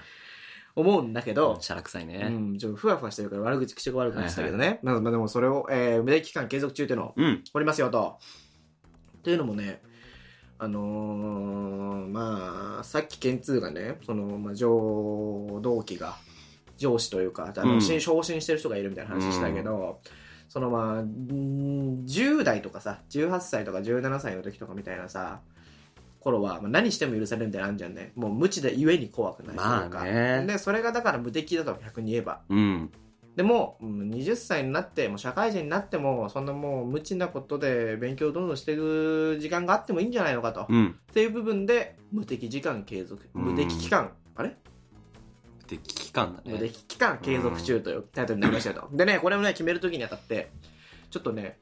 Speaker 4: 思うんだけど
Speaker 5: ん、シャラ臭いうね。
Speaker 4: ん、ちょっとふわふわしてるから悪口口が悪くなってたけどね、なのでまあでもそれを、えー、無駄期間継続中っていうのを
Speaker 5: うん。
Speaker 4: おりますよとというのもねあのーまあさっきケンツーがねその、まあ、上同期が上司というかあ
Speaker 5: う
Speaker 4: の
Speaker 5: ん
Speaker 4: 新昇進してる人がいるみたいな話したけど、そのまあうん10代とかさ18歳とか17歳の時とかみたいなさ頃は、まあ、何しても許されるみたいなのあんじゃんねもう無知でゆえに怖くないというか、
Speaker 5: まあね
Speaker 4: でそれがだから無敵だと逆に言えば
Speaker 5: うん。
Speaker 4: でも、うん20歳になって、もう社会人になっても、そんなもう無知なことで勉強をどんどんしていく時間があってもいいんじゃないのかと。っ
Speaker 5: うん。
Speaker 4: ていう部分で、無敵時間継続、
Speaker 5: うん
Speaker 4: 無敵期間、あれ
Speaker 5: で、危機感だ
Speaker 4: 無
Speaker 5: ね。
Speaker 4: 敵期間継続中というタイトルになりましたと。でね、これをね、決めるときにあたって、ちょっとね、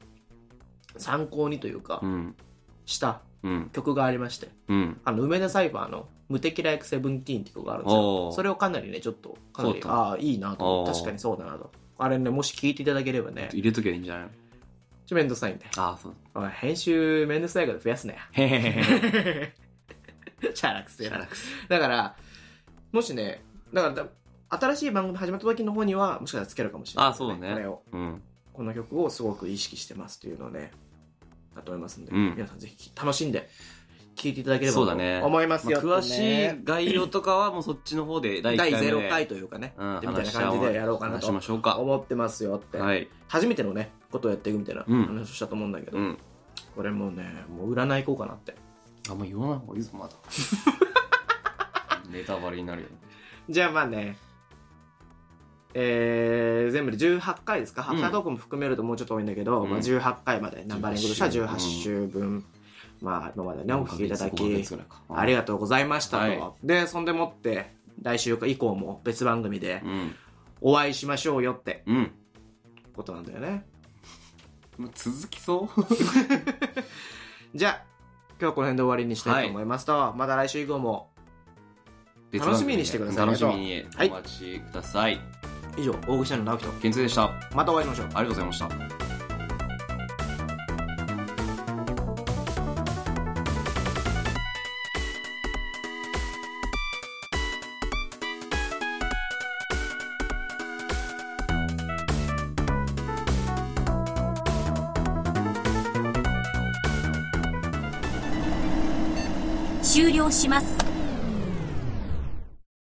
Speaker 4: 参考にというか
Speaker 5: う、ん。
Speaker 4: した
Speaker 5: うん。
Speaker 4: 曲がありまして、
Speaker 5: うん。
Speaker 4: あの、梅田サイファーの無敵ライクセブンティーンって曲があるんですよ
Speaker 5: お。ー
Speaker 4: それをかなりね、ちょっと、かなり
Speaker 5: そ、うだ
Speaker 4: ああ、いいなと思って、
Speaker 5: おー
Speaker 4: 確かにそうだなと。あれね、もし聞いていただければね、ちょっ
Speaker 5: 入れときゃいいんじゃないの
Speaker 4: とめんどくさいんで。
Speaker 5: ああ、 そう。
Speaker 4: おい、編集めんどくさいから増やす なよ。
Speaker 5: へへへへ。
Speaker 4: チャラくせえ
Speaker 5: シャラ
Speaker 4: な。だから、もしね、だからだ、新しい番組始まった時の方には、もしかしたらつけるかもしれない、
Speaker 5: あそうね
Speaker 4: これを、
Speaker 5: うん。
Speaker 4: この曲をすごく意識してますというのをね、だと思いますんで、
Speaker 5: うん
Speaker 4: 皆さんぜひ楽しんで、聴いていただければ
Speaker 5: そうだね
Speaker 4: と思いますよ、
Speaker 5: 詳しい概要とかはもうそっちの方で第1
Speaker 4: 第
Speaker 5: 回目で。
Speaker 4: 0回というかね、
Speaker 5: うん。
Speaker 4: みたいな感じでやろうかな
Speaker 5: 話しま
Speaker 4: と
Speaker 5: しょうか。
Speaker 4: 思ってますよって、
Speaker 5: はい。
Speaker 4: 初めてのね、ことをやっていくみたいな
Speaker 5: うん
Speaker 4: 話をしたと思うんだけど、
Speaker 5: うん。
Speaker 4: これもね、もう占い行こうかなって。
Speaker 5: あんま言わない方がいいぞ、 まだ。ネタバレになるよ。
Speaker 4: じゃあまあね、えー、全部で18回ですか、
Speaker 5: うん
Speaker 4: ハッカートークも含めるともうちょっと多いんだけど、
Speaker 5: うん
Speaker 4: まあ、18回まで、ナンバリングとしては
Speaker 5: 18
Speaker 4: 18週分、まあ今までね、お聞きいただ
Speaker 5: 5ヶ
Speaker 4: き
Speaker 5: 月、ぐらいか
Speaker 4: ありがとうございましたと。
Speaker 5: は
Speaker 4: で、そんでもって、来週以降も別番組で
Speaker 5: うん。
Speaker 4: お会いしましょうよって
Speaker 5: うん。
Speaker 4: ことなんだよね。
Speaker 5: まあ続きそう
Speaker 4: じゃあ、今日はこの辺で終わりにしたいと思いますと、また来週以降も、楽しみにしてください
Speaker 5: 楽しみに
Speaker 4: はい
Speaker 5: お待ちください。
Speaker 4: 以上、大口の直人、
Speaker 5: 健通でした。あ
Speaker 4: またお会いしましょう。
Speaker 5: りがとうございました。
Speaker 1: 終了します